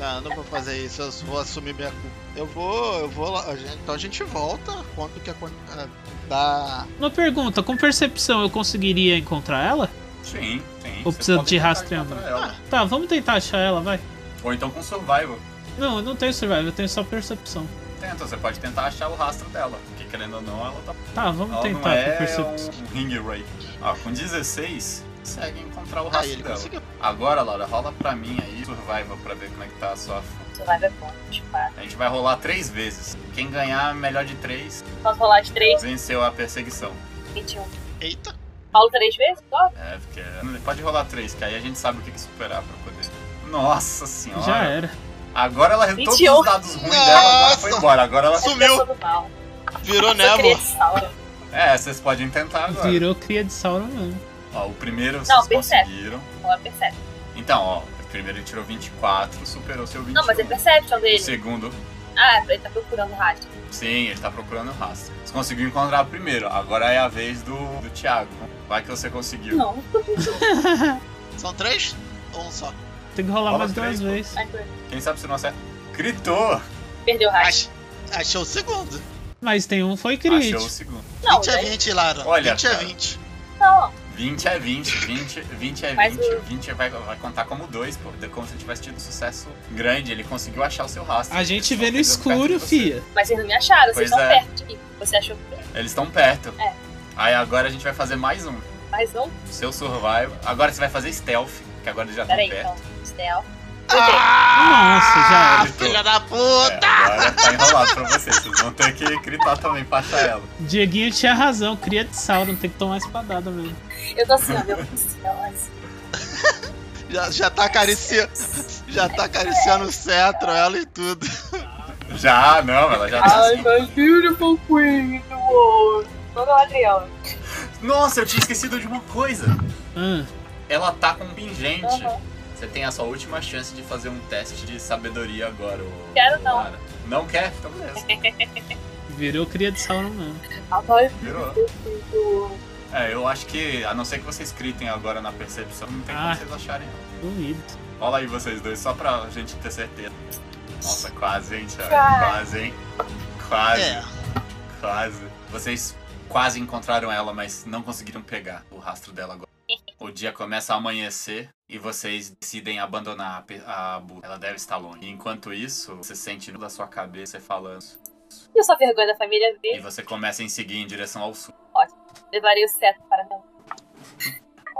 D: Não, eu não vou fazer isso, eu vou assumir minha culpa. Eu vou, eu vou lá. a gente- Então a gente volta, conta o que é aconteceu. Da.
C: Uma pergunta, com percepção eu conseguiria encontrar ela?
A: Sim, sim.
C: Ou
A: vocês
C: precisa
A: podem
C: de
A: tentar
C: rastreamento?
A: encontrar ela.
C: Tá, vamos tentar achar ela, vai.
A: Ou então com survival.
C: Não, eu não tenho survival, eu tenho só percepção.
A: Tenta, você pode tentar achar o rastro dela. Porque querendo ou não, ela tá.
C: Tá, vamos
A: ela não
C: tentar com
A: é
C: percepção.
A: um ring ray. Ó, com 16, consegue encontrar o
D: Ah,
A: rastro
D: ele
A: dela.
D: conseguiu.
A: Agora, Laura, rola pra mim aí survival pra ver como é que tá a sua.
B: Survival é bom, 24.
A: A gente vai rolar três vezes. Quem ganhar melhor de três,
B: Posso rolar de 3,
A: venceu a perseguição.
B: 21.
D: Eita!
B: Rolo 3 um. vezes? Só?
A: É, porque. Pode rolar três, que aí a gente sabe o que que superar pra poder. Nossa senhora!
C: Já é. era.
A: Agora ela. Todos
B: 21.
A: os dados ruins dela agora
D: Nossa.
A: foi embora. Agora ela.
D: Sumiu.
B: Eu sou do mal.
D: Virou
B: Eu sou cria
D: névoa!
B: de Sauron.
A: É, vocês podem tentar agora.
C: Virou cria de Sauron mesmo.
A: Ó, o primeiro vocês
B: Não, percebe.
A: conseguiram.
B: Agora percebe.
A: Então, ó, o primeiro ele tirou 24, superou seu 21.
B: Não, mas é perception
A: O
B: dele.
A: segundo,
B: Ah, é pra ele tá procurando o rádio.
A: sim, ele tá procurando o rastro. Você conseguiu encontrar o primeiro, agora é a vez do, do Thiago. Vai que você conseguiu.
B: Não,
D: São três? Ou um só?
C: Tem que rolar
A: Rola
C: mais
A: três,
C: duas
A: pô.
C: vezes.
B: Ai, foi.
A: Quem sabe se não acerta. Gritou!
B: Perdeu o rádio.
D: Ach- Achou o segundo.
C: Mas tem um foi
A: Achou o
C: crítico.
A: segundo.
B: Não,
D: 20 é
B: né?
D: 20, Lara.
A: Olha,
D: 20 é
A: cara.
D: 20.
B: Não.
A: 20 é 20, 20, 20 é
B: Mas
A: 20, 20 vai, vai contar como 2, pô. É Como se tivesse tido sucesso grande, ele conseguiu achar o seu rastro.
C: A gente
A: Eles
C: vê no
A: estão pegando perto
C: escuro,
A: de você.
C: fia.
B: Mas vocês não me acharam, vocês
A: Pois
B: estão
A: é.
B: perto de mim. Você achou que era
A: Eles estão perto.
B: É.
A: Aí agora a gente vai fazer mais um.
B: mais um?
A: Seu survival. Agora você vai fazer stealth, que agora eles já estão
B: Peraí,
A: Tá perto.
B: então. Stealth.
C: Nossa, já
D: Ah,
A: era.
D: filha da
A: É,
D: puta!
A: agora tá enrolado pra vocês. Vocês vão ter que gritar também pra achar ela.
C: Dieguinho tinha razão, cria de Sauron, tem que tomar espadada mesmo.
B: Eu tô assim, ó, meu Deus.
A: É.
D: Já, já tá acariciando. Já tá acariciando o cetro, ela e tudo.
A: Já, não, ela já tá
B: Ai,
A: assim.
B: meu beautiful queen do ouro. Manda o Adriano.
A: Nossa, eu tinha esquecido de uma coisa.
C: Ah,
A: Ela tá com um pingente.
B: Aham.
A: Você tem a sua última chance de fazer um teste de sabedoria agora, ô.
B: Quero não.
A: Lara. Não quer? Então beleza.
C: virou cria de Sauron mesmo.
B: Adoro o
A: Virou.
B: queen do ouro.
A: É, eu acho que, a não ser que vocês gritem agora na percepção, não tem como
C: Ah.
A: vocês acharem ela.
C: Duvido.
A: Rola aí vocês dois, só pra gente ter certeza. Nossa, quase, hein, Thiago?
B: Quase.
A: Quase, hein? Quase.
D: É.
A: Quase. Vocês quase encontraram ela, mas não conseguiram pegar o rastro dela agora. O dia começa a amanhecer e vocês decidem abandonar a pe- a bu. Ela deve estar longe. Enquanto isso, você sente da sua cabeça falando.
B: E eu sou a vergonha da família
A: E
B: ver.
A: você começa a seguir em direção ao sul.
B: Levarei o cetro para mim.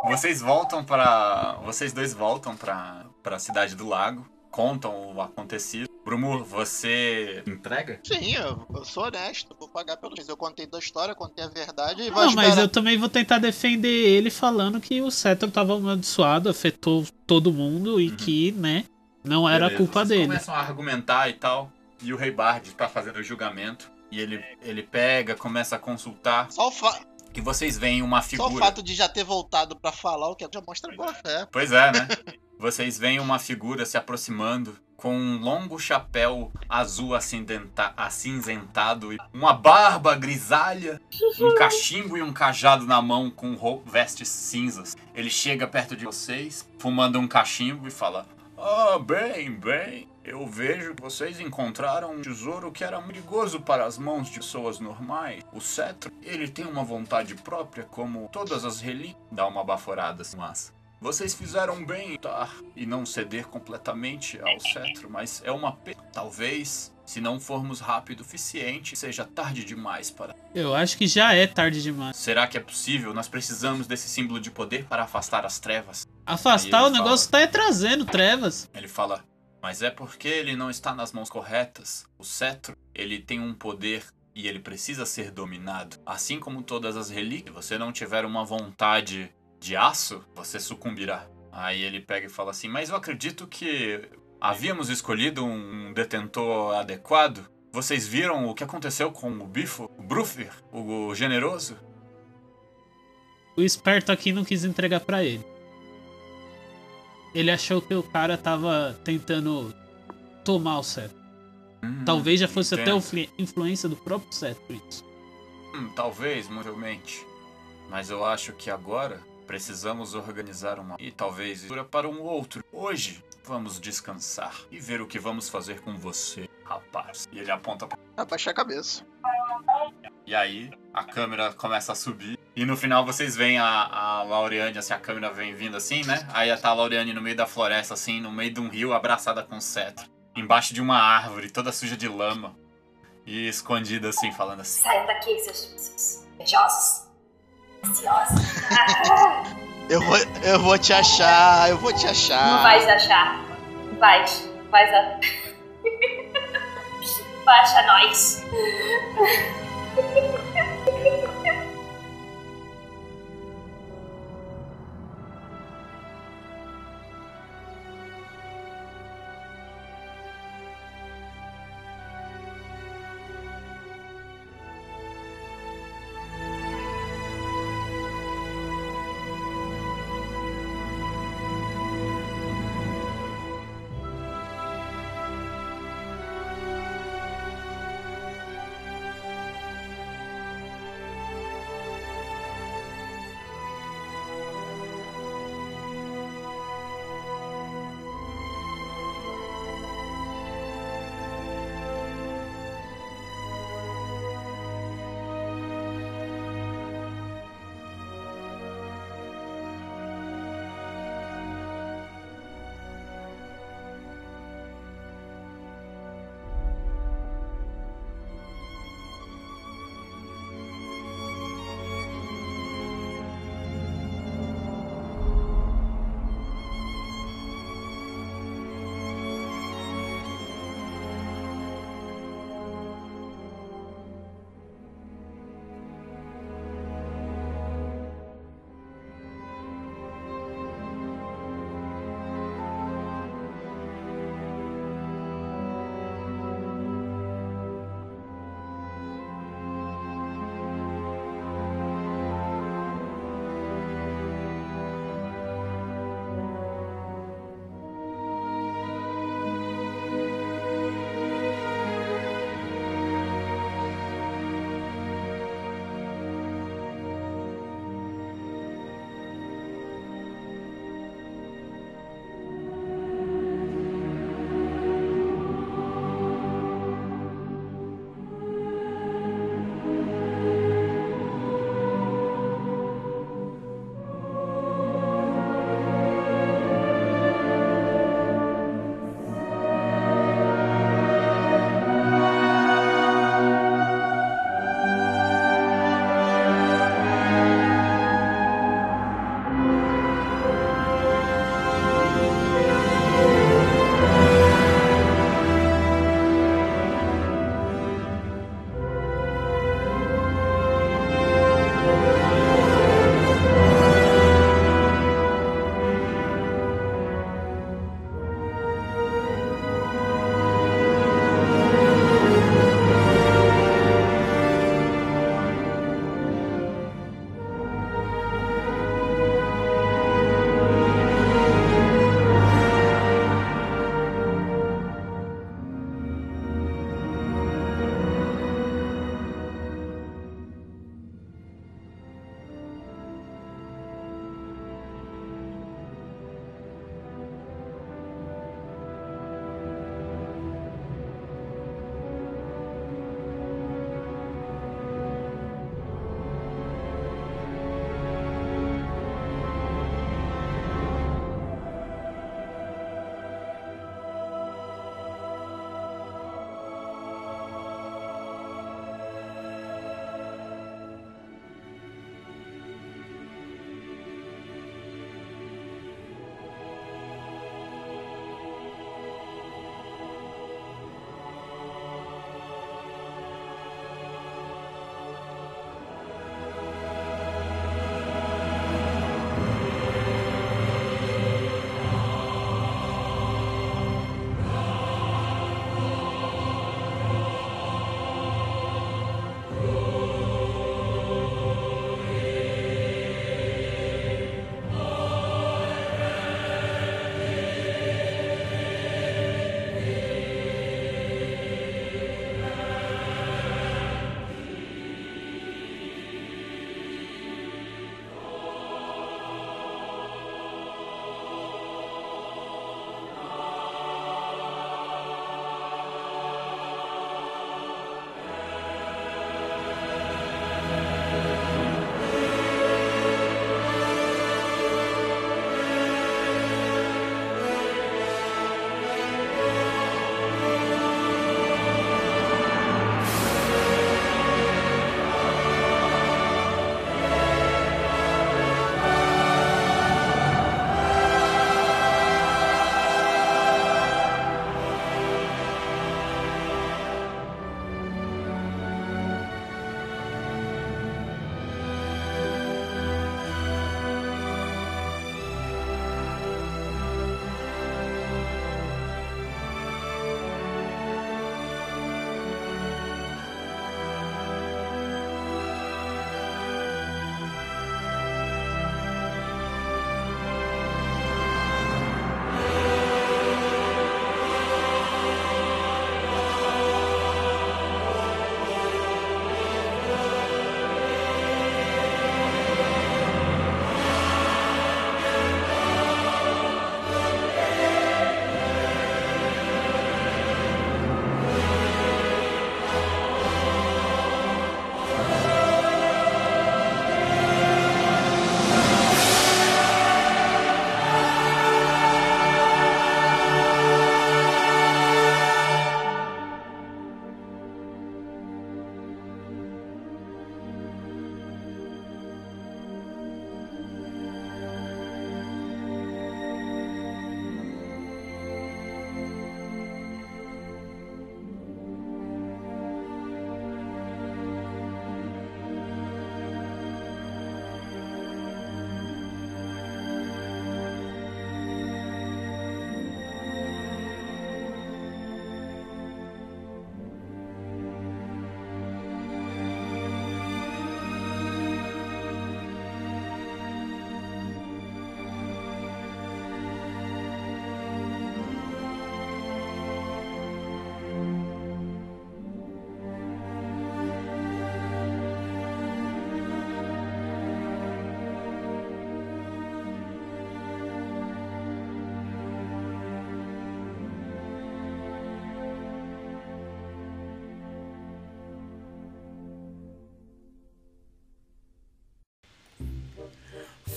A: Vocês voltam pra. Vocês dois voltam pra, pra cidade do lago. Contam o acontecido. Brumur, você. Entrega?
D: Sim, eu, eu sou honesto, vou pagar pelos. Eu contei da história, contei a verdade e vai
C: Não, Ah, mas
D: esperar.
C: eu também vou tentar defender ele falando que o cetro tava amaldiçoado, afetou todo mundo e
A: Uhum.
C: que, né, não era
A: Beleza,
C: culpa
A: vocês
C: dele.
A: começam a argumentar e tal. E o Rei Bard tá fazendo o julgamento. E ele, ele pega, começa a consultar.
D: Só, o fa-
A: E vocês veem uma
D: só o
A: figura.
D: fato de já ter voltado pra falar o que já mostra boa fé.
A: Pois é, né? Vocês veem uma figura se aproximando com um longo chapéu azul acindenta- acinzentado e uma barba grisalha, um cachimbo e um cajado na mão com ro- vestes cinzas. Ele chega perto de vocês, fumando um cachimbo e fala: Ah, bem, bem. Eu vejo que vocês encontraram um tesouro que era perigoso para as mãos de pessoas normais. O cetro, ele tem uma vontade própria, como todas as relíquias. Dá uma baforada, assim, mas... Vocês fizeram bem em lutar e não ceder completamente ao cetro, mas é uma pena. Talvez, se não formos rápido o suficiente, seja tarde demais para...
C: Eu acho que já é tarde demais.
A: Será que é possível? Nós precisamos desse símbolo de poder para afastar as trevas.
C: Afastar
A: Aí
C: o
A: ele
C: negócio tá é trazendo trevas.
A: Ele fala, mas é porque ele não está nas mãos corretas. O cetro, ele tem um poder e ele precisa ser dominado. Assim como todas as relíquias, se você não tiver uma vontade de aço, você sucumbirá. Aí ele pega e fala assim, mas eu acredito que havíamos escolhido um detentor adequado. Vocês viram o que aconteceu com o Bifo, o Brufer, o generoso?
C: O esperto aqui não quis entregar pra ele. Ele achou que o cara tava tentando tomar o cetro.
A: Hum,
C: Talvez já fosse até
A: entendo.
C: o fli- influência do próprio cetro isso.
A: Hum, talvez, provavelmente. Mas eu acho que agora precisamos organizar uma e talvez cura para um outro. Hoje vamos descansar e ver o que vamos fazer com você, rapaz. E ele aponta. pra-
D: Abaixar a cabeça.
A: E aí a câmera começa a subir. E no final vocês veem a, a Laureane, assim, a câmera vem vindo assim, né? Aí tá a Laureane no meio da floresta, assim, no meio de um rio, abraçada com um cetro. Embaixo de uma árvore, toda suja de lama. E escondida, assim, falando assim.
B: Saiam daqui, seus, seus invejosos. Ansiosos.
D: Eu vou, eu vou te achar, eu vou te achar.
B: Não vais achar. Não Vais. Não Vais a... Vai achar nós.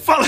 F: Fala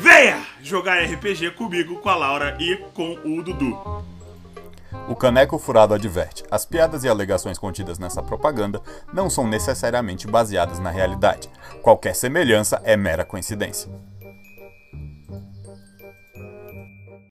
F: Venha jogar RPG comigo, com a Laura e com o Dudu.
A: O Caneco Furado adverte: as piadas e alegações contidas nessa propaganda não são necessariamente baseadas na realidade. Qualquer semelhança é mera coincidência.